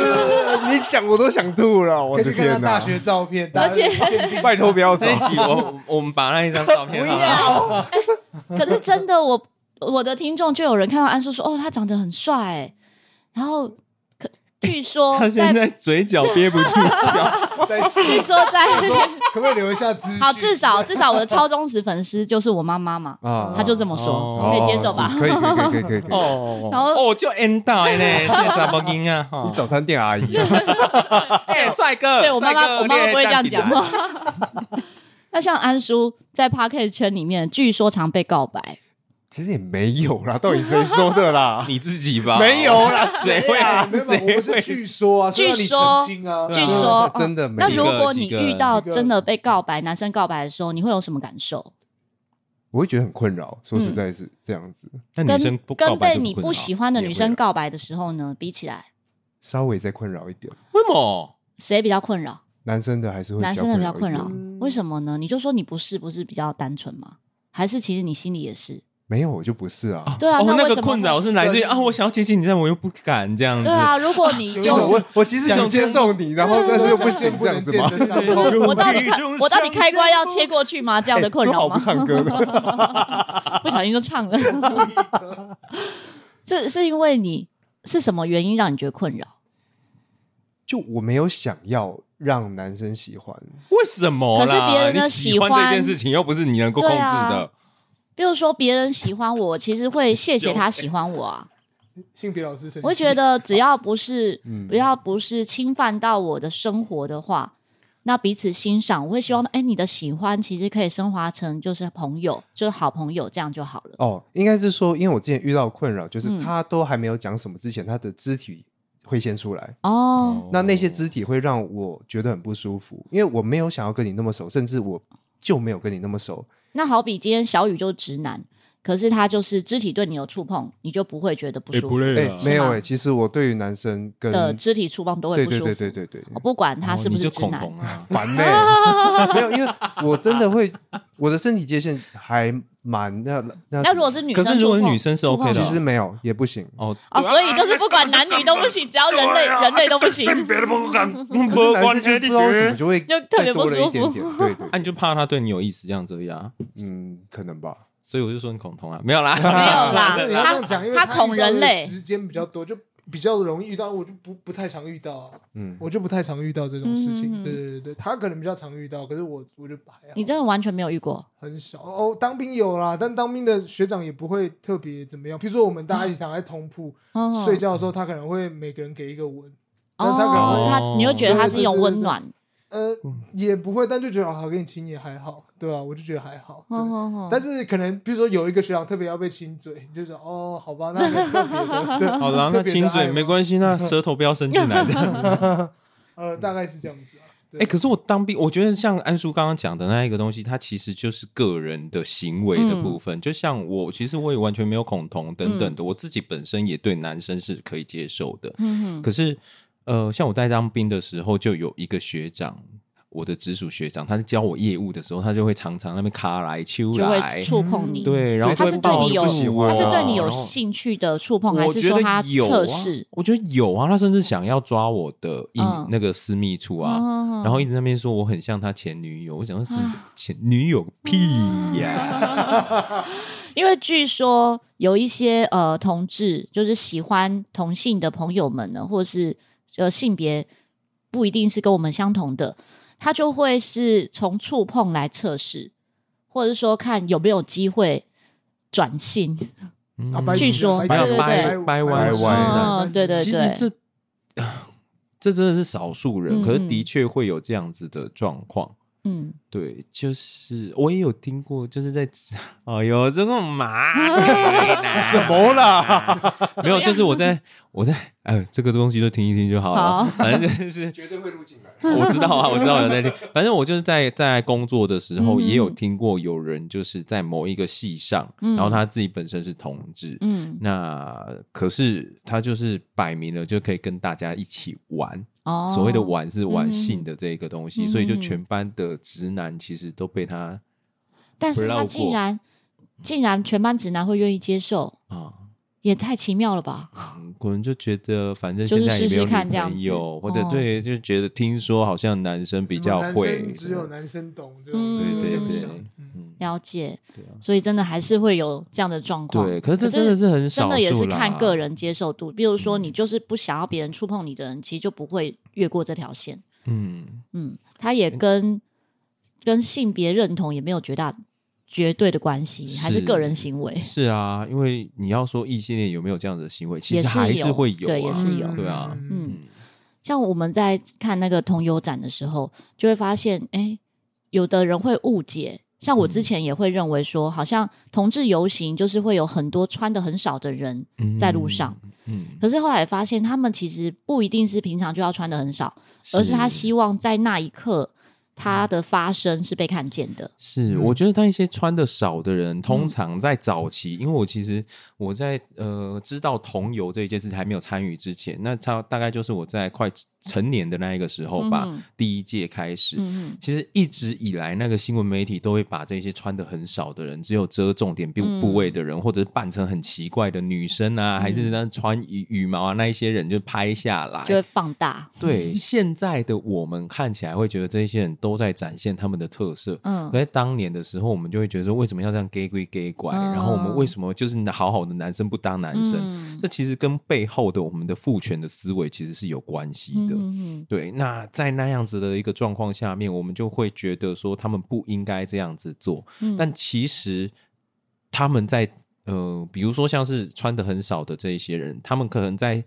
Speaker 5: [LAUGHS] 你讲我都想吐了，我
Speaker 2: 可以
Speaker 5: 的
Speaker 2: 去看他
Speaker 5: 天哪
Speaker 2: 大！学照片，
Speaker 1: 而且
Speaker 2: 大家鉴定
Speaker 5: 拜托不要走
Speaker 3: 这，一集我我们把那一张照片啊不要，
Speaker 1: 可是真的我，我的听众就有人看到安叔说，哦，他长得很帅、欸，然后可据说
Speaker 3: 他现在嘴角憋不住笑，
Speaker 2: 再试
Speaker 1: [LAUGHS] 据说在，
Speaker 2: 可不可以留一下资
Speaker 1: [LAUGHS]
Speaker 2: 讯？
Speaker 1: 好，至少至少我的超忠实粉丝就是我妈妈嘛，
Speaker 5: 啊
Speaker 1: 她就这么说，
Speaker 3: 哦
Speaker 1: [LAUGHS] 你可以接受吧？
Speaker 5: 是可以可以可以可以可以。
Speaker 3: 哦
Speaker 1: 然后
Speaker 3: 哦就 N 到
Speaker 1: [LAUGHS]
Speaker 3: 呢，现在咋不赢啊？哈
Speaker 5: 你早餐店阿姨啊，
Speaker 3: [LAUGHS] 哎，帅哥，
Speaker 1: 对我妈妈，
Speaker 3: 帅哥
Speaker 1: 我妈妈不会这样讲。
Speaker 3: 恋爱蛋饼来
Speaker 1: 话。那像安叔在 p a r k e t 圈里面，据说常被告白，
Speaker 5: 其实也没有啦，到底谁说的啦？
Speaker 3: [LAUGHS] 你自己吧，
Speaker 5: 没有啦，
Speaker 3: [LAUGHS] 谁
Speaker 5: 谁啊？
Speaker 2: 没有，
Speaker 5: [LAUGHS]
Speaker 2: 没有我
Speaker 3: 谁
Speaker 2: 是
Speaker 3: 会
Speaker 2: 据说啊，所以让你
Speaker 1: 据说
Speaker 2: 澄清啊，
Speaker 1: 据
Speaker 3: 对啊
Speaker 1: 说
Speaker 5: 真的没
Speaker 1: 那如
Speaker 5: 有。
Speaker 1: 果
Speaker 3: 几
Speaker 1: 你
Speaker 3: 个
Speaker 1: 遇到
Speaker 2: 几个
Speaker 1: 真的被告白，男生告白的时候，你会有什么感受？
Speaker 5: 我会觉得很困扰，说
Speaker 1: 嗯
Speaker 5: 实在是这样子，
Speaker 3: 那女生
Speaker 1: 跟
Speaker 3: 不告
Speaker 1: 跟
Speaker 3: 白
Speaker 1: 被
Speaker 3: 就
Speaker 1: 你
Speaker 3: 困
Speaker 1: 不
Speaker 3: 扰
Speaker 1: 喜欢的
Speaker 5: 也
Speaker 1: 女
Speaker 5: 会
Speaker 1: 生
Speaker 5: 啊
Speaker 1: 告白的时候呢，比起来，
Speaker 5: 稍微再困扰一点。
Speaker 3: 为什么？
Speaker 1: 谁比较困扰？
Speaker 5: 男生的还是会
Speaker 1: 男生的比较困
Speaker 5: 一
Speaker 1: 扰
Speaker 5: 点，
Speaker 2: 嗯
Speaker 1: 为什么呢？你就说你不是，不是比较单纯吗？还是其实你心里也是？
Speaker 5: 没有我就不是啊。
Speaker 1: 对啊，
Speaker 3: 哦，那
Speaker 1: 为
Speaker 3: 个
Speaker 1: 什么
Speaker 3: 困扰
Speaker 1: 会
Speaker 3: 是来自于
Speaker 2: 生
Speaker 3: 啊，我想要接近你，但我又不敢这样子。
Speaker 1: 对啊，如果你
Speaker 2: 有
Speaker 1: 就 [LAUGHS]
Speaker 5: 就是是我我其实想接受你，然后但是又不
Speaker 2: 见
Speaker 5: 行这样子
Speaker 2: 见
Speaker 5: 吗？
Speaker 2: 得上
Speaker 3: 对
Speaker 1: 不是我到底
Speaker 3: 无
Speaker 1: 开
Speaker 3: 中
Speaker 1: 我到底
Speaker 3: 生
Speaker 1: 开关要切过去吗？这样的困
Speaker 5: 说
Speaker 1: 扰
Speaker 5: 好 [LAUGHS] 哎
Speaker 1: 吗？
Speaker 5: 不唱歌
Speaker 1: [LAUGHS]
Speaker 5: 的，
Speaker 1: 不小心就唱了。 [LAUGHS] 这是因为你是什么原因让你觉得困扰？
Speaker 5: 就我没有想要让男生喜欢，
Speaker 3: 为什么啦？
Speaker 1: 可是别人的
Speaker 3: 你喜
Speaker 1: 喜欢
Speaker 3: 这件事情又不是你能够控制
Speaker 1: 对
Speaker 3: 的
Speaker 1: 啊。比如说别人喜欢我，我其实会谢谢他喜欢我啊。
Speaker 2: 性别老师生气，
Speaker 1: [LAUGHS] 我会觉得只要不是
Speaker 5: 嗯
Speaker 1: 不要不是侵犯到我的生活的话，那彼此欣赏，我会希
Speaker 5: 嗯
Speaker 1: 望哎，你的喜欢其实可以升华成就是朋友，就是好朋友，这样就好了。
Speaker 5: 哦，应该是说，因为我之前遇到困扰，就是
Speaker 1: 嗯
Speaker 5: 他都还没有讲什么之前，他的肢体会先出来。
Speaker 1: 哦，
Speaker 5: 那那些肢体会让我觉得很不舒服，因为我没有想要跟你那么熟，甚至我就没有跟你那么熟。
Speaker 1: 那好比今天小雨就是直男，可是他就是肢体对你有触碰，你就不会觉得不舒服。
Speaker 5: 哎、
Speaker 3: 啊
Speaker 1: 是
Speaker 5: 没有
Speaker 1: 吗
Speaker 5: 哎、其实我对于男生跟
Speaker 1: 的肢体触碰都会
Speaker 5: 对
Speaker 1: 不舒
Speaker 5: 对
Speaker 1: 服。
Speaker 5: 对对对对，
Speaker 1: 我不管他是不
Speaker 3: 哦
Speaker 1: 是
Speaker 3: 你就
Speaker 1: 直
Speaker 3: 恐
Speaker 1: 男，
Speaker 3: 同
Speaker 1: [LAUGHS]
Speaker 3: 啊？
Speaker 5: 烦呢、没有，因为我真的会，我的身体界限还蛮那那
Speaker 1: 那如果是女
Speaker 3: 可
Speaker 1: 生触碰，
Speaker 3: 是如果是女生是 OK 的啊
Speaker 1: 触
Speaker 5: 其
Speaker 1: 碰
Speaker 5: 实没有也不行，
Speaker 3: 哦，
Speaker 1: 哦，所以就是不管男女都不行，只要人类人类都
Speaker 3: [LAUGHS]
Speaker 1: 不行。
Speaker 3: 别的不
Speaker 1: [LAUGHS]
Speaker 3: 敢，
Speaker 5: 可是男生就不知道为什么就会
Speaker 1: 就特别
Speaker 5: 再多
Speaker 1: 不
Speaker 5: 了
Speaker 1: 舒
Speaker 5: 一点
Speaker 1: 服
Speaker 5: 点，
Speaker 1: [LAUGHS]
Speaker 5: 对对
Speaker 3: 啊，你就怕他对你有意思这样子而已啊，
Speaker 5: 嗯，可能吧。
Speaker 3: 所以我就说你恐同啊，没有啦，
Speaker 1: 没有
Speaker 3: [LAUGHS]
Speaker 1: 啦
Speaker 5: 啊
Speaker 2: 你要这样讲，因为
Speaker 1: 他
Speaker 2: 他
Speaker 1: 恐人类
Speaker 2: 遇到的时间比较多，就比较容易遇到，我就不不太常遇到啊，
Speaker 5: 嗯，
Speaker 2: 我就不太常遇到这种事
Speaker 1: 嗯嗯嗯
Speaker 2: 情。对对对对，他可能比较常遇到，可是我我就还好
Speaker 1: 你真的完全没有遇过，
Speaker 2: 很少哦。当兵有啦，但当兵的学长也不会特别怎么样。譬如说我们大家一起躺在同铺
Speaker 1: 嗯
Speaker 2: 睡觉的时候，他可能会每个人给一个吻，但他可能
Speaker 1: 哦，
Speaker 3: 会
Speaker 1: 他你就觉得他是一种温暖，
Speaker 2: 呃也不会，但就觉得啊，给你亲也还好，对吧？我就觉得还好。对哦
Speaker 1: 嗯嗯嗯
Speaker 2: 但是可能，比如说有一个学长特别要被亲嘴，你就是哦，好吧，那很特
Speaker 1: [LAUGHS]
Speaker 2: 别的，对，
Speaker 3: 好啦，
Speaker 2: 特别
Speaker 3: 那
Speaker 2: 的
Speaker 3: 亲
Speaker 2: 爱
Speaker 3: 嘴
Speaker 2: 嘛
Speaker 3: 没关系，那舌头不要伸进来
Speaker 1: [LAUGHS]
Speaker 3: 的。
Speaker 2: 呃，大概是这样子啊。对
Speaker 3: 哎、可是我当兵，我觉得像安叔刚刚讲的那一个东西，它其实就是个人的行为的部
Speaker 1: 嗯
Speaker 3: 分。就像我，其实我也完全没有恐同等等的，我自己本身也对男生是可以接受的。
Speaker 1: 嗯
Speaker 3: 可是，呃，像我在当兵的时候，就有一个学长，我的直属学长，他是教我业务的时候，他就会常常那边卡来
Speaker 1: 哼
Speaker 3: 秋
Speaker 1: 就
Speaker 3: 来
Speaker 1: 会，触
Speaker 2: 嗯
Speaker 1: 碰你。
Speaker 3: 对，然后
Speaker 1: 他
Speaker 3: 就会
Speaker 1: 是对
Speaker 3: 抱
Speaker 1: 你有
Speaker 3: 住我
Speaker 1: 他是对你
Speaker 3: 啊然
Speaker 1: 有
Speaker 3: 后
Speaker 1: 兴趣的触碰，还
Speaker 3: 我
Speaker 1: 是
Speaker 3: 觉
Speaker 1: 说
Speaker 3: 得
Speaker 1: 他
Speaker 3: 有啊
Speaker 1: 测试？
Speaker 3: 我觉得有啊，他甚至想要抓我的隐、
Speaker 1: 嗯
Speaker 3: 那个私密处啊，
Speaker 1: 嗯
Speaker 3: 然后一直在那边说我很像他前女友，我想说是
Speaker 1: 啊
Speaker 3: 前女友个屁呀、
Speaker 1: 因为据说有一些呃同志，就是喜欢同性的朋友们呢，或是呃性别不一定是跟我们相同的，他就会是从触碰来测试，或者是说看有没有机会转性。
Speaker 3: 嗯
Speaker 2: 啊白
Speaker 1: 据说
Speaker 2: 白
Speaker 1: 对对对
Speaker 3: 掰弯
Speaker 5: 掰弯
Speaker 1: 哦对对
Speaker 3: 其实这 [SIGHS] 这真的是少数人，
Speaker 1: 嗯
Speaker 3: 可是的确会有这样子的状况。
Speaker 1: 嗯，
Speaker 3: 对，就是我也有听过，就是在，哎呦，这
Speaker 1: [LAUGHS]
Speaker 3: 个嘛，什么啦？啊没有，就是我在我在，哎，这个东西就听一听就好
Speaker 1: 好
Speaker 3: 了，[LAUGHS] 反正就是
Speaker 5: 绝对会录进来。
Speaker 3: 我知道啊，我知道有在听。反正我就是在在工作的时候，
Speaker 1: 嗯
Speaker 3: 也有听过有人就是在某一个系上，
Speaker 1: 嗯
Speaker 3: 然后他自己本身是同志，
Speaker 1: 嗯
Speaker 3: 那可是他就是摆明了就可以跟大家一起玩。
Speaker 1: 哦，
Speaker 3: 所谓的玩是玩
Speaker 1: 嗯
Speaker 3: 性的这一个东西，
Speaker 1: 嗯
Speaker 3: 所以就全班的直男其实都被他
Speaker 1: 但是
Speaker 3: 绕
Speaker 1: 他
Speaker 3: 过
Speaker 1: 竟然竟然全班直男会愿意接受，
Speaker 3: 啊、
Speaker 1: 也太奇妙了吧？
Speaker 3: 嗯可能就觉得反正
Speaker 1: 就是
Speaker 3: 现在也没有
Speaker 1: 试试
Speaker 3: 女
Speaker 1: 看这样
Speaker 3: 朋
Speaker 1: 子
Speaker 3: 友，或者
Speaker 1: 哦
Speaker 3: 对，就觉得听说好像男生比较
Speaker 2: 什么男
Speaker 3: 会
Speaker 2: 生，只有男生懂这
Speaker 1: 嗯
Speaker 2: 种，
Speaker 3: 对对
Speaker 2: 这
Speaker 3: 对
Speaker 2: 么想
Speaker 3: 对，
Speaker 2: 嗯
Speaker 3: 嗯，
Speaker 1: 了解，
Speaker 3: 对啊
Speaker 1: 所以真的还是会有这样的状况。
Speaker 3: 对，可是这真的是很少
Speaker 1: 真
Speaker 3: 数啦，嗯
Speaker 1: 的也是看个人接受度。比如说，你就是不想要别人触碰你的人，其实就不会越过这条线。
Speaker 3: 嗯，
Speaker 1: 嗯，他也跟跟性别认同也没有绝大绝对的关系，还是
Speaker 3: 是
Speaker 1: 个人行为。
Speaker 3: 是啊，因为你要说异性恋有没有这样子的行为，其
Speaker 1: 也
Speaker 3: 实
Speaker 1: 是
Speaker 3: 还
Speaker 1: 有
Speaker 3: 会有、啊，
Speaker 1: 对也是有
Speaker 3: 对啊，
Speaker 1: 嗯
Speaker 3: 嗯，
Speaker 1: 像我们在看那个同游展的时候，就会发现，哎、有的人会误解。像
Speaker 3: 嗯
Speaker 1: 我之前也会认为说，好像同志游行就是会有很多穿的很少的人
Speaker 3: 嗯
Speaker 1: 在路上，
Speaker 3: 嗯，
Speaker 1: 可是后来发现，他们其实不一定是平常就要穿的很少，而是他希望在那一刻他的发声是被看见的。
Speaker 3: 嗯是，我觉得那一些穿的少的人，
Speaker 1: 嗯
Speaker 3: 通常在早期，因为我其实我在呃知道同游这一件事还没有参与之前，那差大概就是我在快成年的那一个时候吧，
Speaker 1: 嗯哼
Speaker 3: 第一届开始，
Speaker 1: 嗯
Speaker 3: 其实一直以来，那个新闻媒体都会把这些穿的很少的人，只有遮重点部
Speaker 1: 嗯嗯
Speaker 3: 部位的人，或者是扮成很奇怪的女生啊，还是那穿羽羽毛啊那一些人就拍下来
Speaker 1: 哼，。就会放大。
Speaker 3: 对，现在的我们看起来会觉得这些人都在展现他们的特色。
Speaker 1: 嗯
Speaker 3: 可，在当年的时候，我们就会觉得说，为什么要这样 gay 归 gay 拐？
Speaker 1: 嗯
Speaker 3: 然后我们为什么就是好好的男生不当男生？
Speaker 1: 嗯
Speaker 3: 这其实跟背后的我们的父权的思维其实是有关系的。
Speaker 1: 嗯嗯
Speaker 3: 对，那在那样子的一个状况下面，我们就会觉得说他们不应该这样子做，
Speaker 1: 嗯
Speaker 3: 但其实。他们在呃，比如说像是穿的很少的这一些人，他们可能在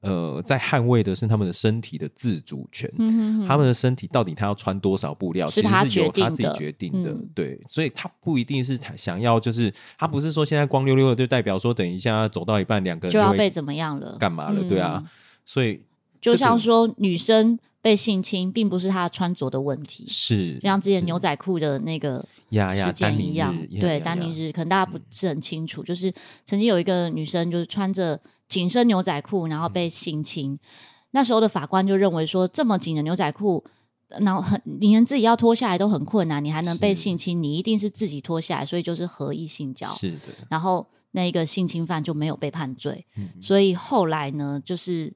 Speaker 3: 呃在捍卫的是他们的身体的自主权。
Speaker 1: 嗯哼哼
Speaker 3: 他们的身体到底他要穿多少布料，
Speaker 1: 是
Speaker 3: 其实
Speaker 1: 他
Speaker 3: 是由
Speaker 1: 决定
Speaker 3: 他自己
Speaker 1: 的
Speaker 3: 决定的。
Speaker 1: 嗯
Speaker 3: 对，所以他不一定是他想要，就是他不是说现在光溜溜的，就代表说等一下走到一半两个人
Speaker 1: 就要
Speaker 3: 会
Speaker 1: 被怎么样了？
Speaker 3: 干嘛了，
Speaker 1: 嗯
Speaker 3: 对啊。所以
Speaker 1: 就
Speaker 3: 这个
Speaker 1: 像说女生被性侵，并不是她穿着的问题，
Speaker 3: 是
Speaker 1: 就像之前
Speaker 3: 是
Speaker 1: 牛仔裤的那个
Speaker 3: 呀呀
Speaker 1: 事件
Speaker 3: 丹宁
Speaker 1: 一样
Speaker 3: 日，呀呀
Speaker 1: 对
Speaker 3: 呀
Speaker 1: 丹宁日，可能大家不
Speaker 3: 嗯
Speaker 1: 是很清楚，就是曾经有一个女生就是穿着紧身牛仔裤，然后
Speaker 3: 嗯
Speaker 1: 被性侵，那时候的法官就认为说，这么紧的牛仔裤。然后很，你连自己要脱下来都很困难，你还能被
Speaker 3: 是
Speaker 1: 性侵，你一定是自己脱下来，所以就是合意性交。
Speaker 3: 是的，
Speaker 1: 然后那一个性侵犯就没有被判罪，
Speaker 3: 嗯
Speaker 1: 所以后来呢，就是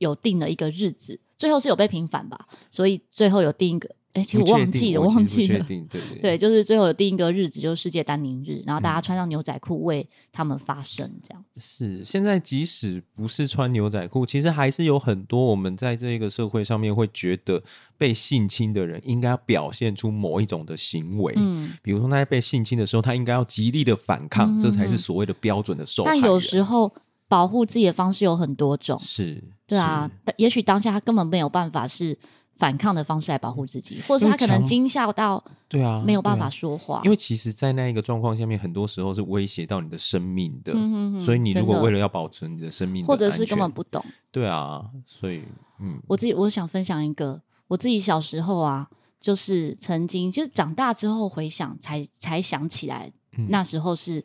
Speaker 1: 有定了一个日子，最后是有被平反吧，所以最后有定一个，哎，其实
Speaker 3: 不
Speaker 1: 我
Speaker 3: 确
Speaker 1: 忘
Speaker 3: 定
Speaker 1: 记了，
Speaker 3: 我
Speaker 1: 忘记
Speaker 3: 其实不确
Speaker 1: 了。
Speaker 3: 定，嗯对对
Speaker 1: [LAUGHS] 对，就是最后有定一个日子，就是世界丹宁日，然后
Speaker 3: 嗯
Speaker 1: 大家穿上牛仔裤为他们发声，这样。
Speaker 3: 是，现在即使不是穿牛仔裤，其实还是有很多我们在这个社会上面会觉得被性侵的人应该要表现出某一种的行为，
Speaker 1: 嗯，
Speaker 3: 比如说他在被性侵的时候，他应该要极力的反抗，
Speaker 1: 嗯
Speaker 3: 这才是所谓的标准的受害
Speaker 1: 但
Speaker 3: 人。
Speaker 1: 有时候保护自己的方式有很多种，
Speaker 3: 是，
Speaker 1: 对啊
Speaker 3: 是，，
Speaker 1: 但也许当下他根本没有办法是反抗的方式来保护自己，或者是
Speaker 3: 因为
Speaker 1: 他可能
Speaker 3: 强
Speaker 1: 惊吓到
Speaker 3: 对啊，
Speaker 1: 没有办
Speaker 3: 对啊
Speaker 1: 法说话，
Speaker 3: 因为其实，在那一个状况下面，很多时候是威胁到你的生命的，
Speaker 1: 嗯哼哼
Speaker 3: 所以你如果
Speaker 1: 真的
Speaker 3: 为了要保存你的生命的
Speaker 1: 或
Speaker 3: 安全，
Speaker 1: 者是根本不懂。
Speaker 3: 对啊，所以嗯，
Speaker 1: 我自己我想分享一个，我自己小时候啊，就是曾经，就是长大之后回想才才想起来，
Speaker 3: 嗯
Speaker 1: 那时候是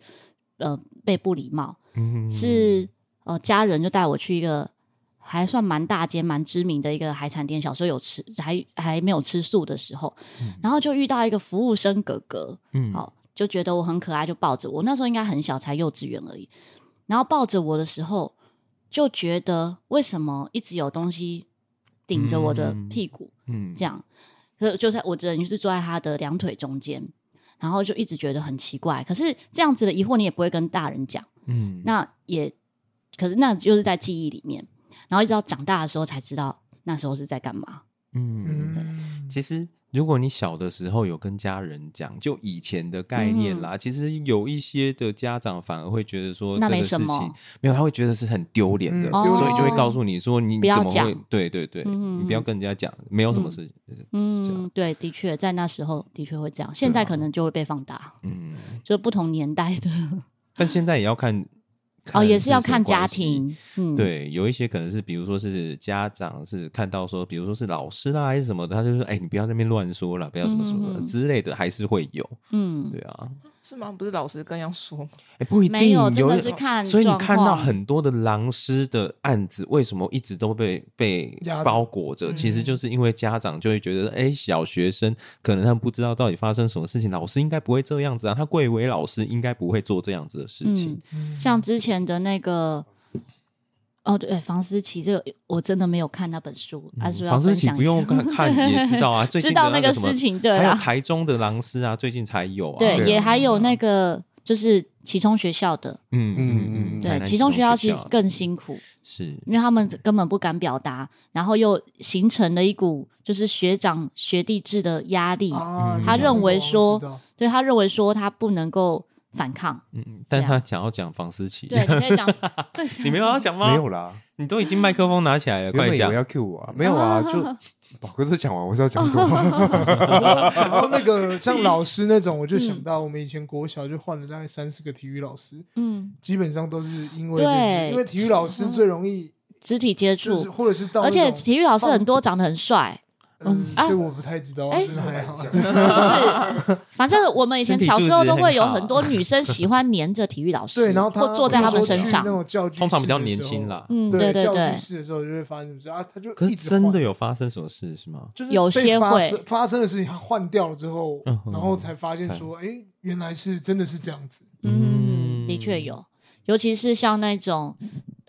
Speaker 1: 呃被不礼貌，
Speaker 3: 嗯
Speaker 1: 是呃家人就带我去一个还算蛮大间、蛮知名的一个海产店，小时候有吃，还还没有吃素的时候，然后就遇到一个服务生哥哥，
Speaker 3: 嗯
Speaker 1: 好、就觉得我很可爱，就抱着我。那时候应该很小，才幼稚园而已。然后抱着我的时候，就觉得为什么一直有东西顶着我的
Speaker 3: 嗯
Speaker 1: 屁股，
Speaker 3: 嗯
Speaker 1: 这样，可就在我等于是坐在他的两腿中间，然后就一直觉得很奇怪。可是这样子的疑惑，你也不会跟大人讲。
Speaker 3: 嗯
Speaker 1: 那也，可是那就是在记忆里面，然后一直到长大的时候才知道那时候是在干嘛。
Speaker 3: 嗯
Speaker 2: 嗯，
Speaker 3: 其实，如果你小的时候有跟家人讲，就以前的概
Speaker 1: 嗯
Speaker 3: 念啦，其实有一些的家长反而会觉得说
Speaker 1: 那
Speaker 3: 这个
Speaker 1: 没
Speaker 3: 事
Speaker 1: 什
Speaker 3: 情
Speaker 1: 么
Speaker 3: 没有，他会觉得是很丢脸的，
Speaker 2: 嗯丢
Speaker 3: 所以就会
Speaker 1: 脸
Speaker 3: 告诉你说你
Speaker 1: 不
Speaker 3: 你
Speaker 1: 要
Speaker 3: 怎么会
Speaker 1: 讲
Speaker 3: 对对对，
Speaker 1: 嗯
Speaker 3: 你不要跟人家讲，没有什么事，嗯、是这样啊
Speaker 1: 嗯，对，的确在那时候的确会这样，现在可能就会被放大，
Speaker 3: 嗯，
Speaker 1: 就不同年代的
Speaker 3: 但现在也要看。
Speaker 1: [LAUGHS] 哦，也
Speaker 3: 是
Speaker 1: 是要
Speaker 3: 什么
Speaker 1: 看家
Speaker 3: 关系
Speaker 1: 庭，嗯，，
Speaker 3: 对，有一些可能是，比如说是家长是看到说，比如说是老师啦还是什么的，他就说，哎、你不要在那边乱说了，不要什么什么
Speaker 1: 嗯嗯
Speaker 3: 的
Speaker 1: 嗯
Speaker 3: 之类的，还是会有，
Speaker 1: 嗯
Speaker 3: 对，啊，
Speaker 4: 是吗？不是老师更要说吗？
Speaker 3: 哎、不一定，
Speaker 1: 没有，真的
Speaker 3: 一
Speaker 1: 是看
Speaker 3: 所以你
Speaker 1: 状
Speaker 3: 看到
Speaker 1: 况
Speaker 3: 很多的狼师的案子，为什么一直都被被
Speaker 2: 压着
Speaker 3: 包裹着？其
Speaker 1: 嗯
Speaker 3: 实就是因为家长就会觉得，哎、小学生可能他们不知道到底发生什么事情，老师应该不会这样子啊，他贵为老师应该不会做这样子的事情。
Speaker 1: 嗯，像之前的那个。哦，对，房思琪这个我真的没有看那本书，
Speaker 5: 嗯
Speaker 1: 啊，是不是要
Speaker 3: 嗯房思
Speaker 1: 分
Speaker 3: 琪
Speaker 1: 享
Speaker 3: 不
Speaker 1: 一下
Speaker 3: 用
Speaker 1: [LAUGHS]
Speaker 3: 看看也知道啊，最近
Speaker 1: 知
Speaker 3: 的
Speaker 1: 道
Speaker 3: 那
Speaker 1: 个
Speaker 3: 什么
Speaker 1: 事情，对
Speaker 3: 还有
Speaker 1: 啦，
Speaker 3: 台中的狼师啊，最近才有啊。
Speaker 1: 对，
Speaker 5: 对
Speaker 1: 也
Speaker 5: 啊
Speaker 1: 还有那个就是启聪学校的，
Speaker 3: 嗯
Speaker 5: 嗯嗯
Speaker 1: 对，启
Speaker 3: 其
Speaker 1: 聪
Speaker 3: 中嗯
Speaker 1: 学校其实更辛苦，
Speaker 3: 是
Speaker 1: 因为他们根本不敢表达，然后又形成了一股就是学长学弟制的压力，
Speaker 2: 啊
Speaker 3: 嗯
Speaker 1: 他认为说
Speaker 2: 我知道
Speaker 1: 对他认为说他不能够反抗，
Speaker 3: 嗯，但
Speaker 1: 这样
Speaker 3: 他想要讲房思琪，
Speaker 1: 啊对，你可以
Speaker 2: [LAUGHS]
Speaker 1: 讲，对，
Speaker 3: [LAUGHS] 你没有要讲吗？
Speaker 5: 没有，啦，
Speaker 3: 你都已经麦克风拿起来了，
Speaker 5: 原
Speaker 3: 快
Speaker 5: 本以
Speaker 3: 讲
Speaker 5: 为。要 cue 我啊，没有
Speaker 3: [LAUGHS]
Speaker 5: 啊，就宝哥都讲完，我是要讲什么？
Speaker 2: 讲到那
Speaker 1: [LAUGHS]
Speaker 2: 个像老师那种，我就想到我们以前国小就换了大概三四个体育老师，
Speaker 1: 嗯，
Speaker 2: 基本上都是因为这
Speaker 1: 对
Speaker 2: 些，因为体育老师最容易
Speaker 1: 肢体接
Speaker 2: 就是
Speaker 1: 触，
Speaker 2: 或者是到那
Speaker 1: 而且
Speaker 2: 种
Speaker 1: 体育老师很多长得很
Speaker 2: [LAUGHS]
Speaker 1: 帅，
Speaker 2: 嗯，
Speaker 1: 啊
Speaker 2: 这我不太知道，
Speaker 1: 哎
Speaker 2: 真的还好。
Speaker 1: 是不是？反正我们以前小时候都会有
Speaker 3: 身体素质很好
Speaker 1: 很多女生喜欢黏着体育老师，
Speaker 2: 对，然后他
Speaker 1: 或坐在他们身
Speaker 2: 那
Speaker 1: 上，
Speaker 2: 种教具室的
Speaker 3: 通
Speaker 2: 时候
Speaker 3: 常比较年轻啦，
Speaker 1: 嗯，对
Speaker 2: 对
Speaker 1: 对
Speaker 2: 教
Speaker 1: 对
Speaker 2: 具，室的时候就会发生什么事啊？他就
Speaker 3: 可
Speaker 2: 一
Speaker 3: 是
Speaker 2: 直
Speaker 3: 真的
Speaker 2: 换
Speaker 3: 有发生什么事是吗？
Speaker 2: 就是
Speaker 1: 有
Speaker 2: 被
Speaker 1: 些
Speaker 2: 发
Speaker 1: 会
Speaker 2: 生发生的事情，他换掉了之后
Speaker 3: 嗯，哼
Speaker 2: 然后才发现说，哎，原来是真的是这样子。
Speaker 1: 嗯，的确
Speaker 3: 嗯
Speaker 1: 有，尤其是像那种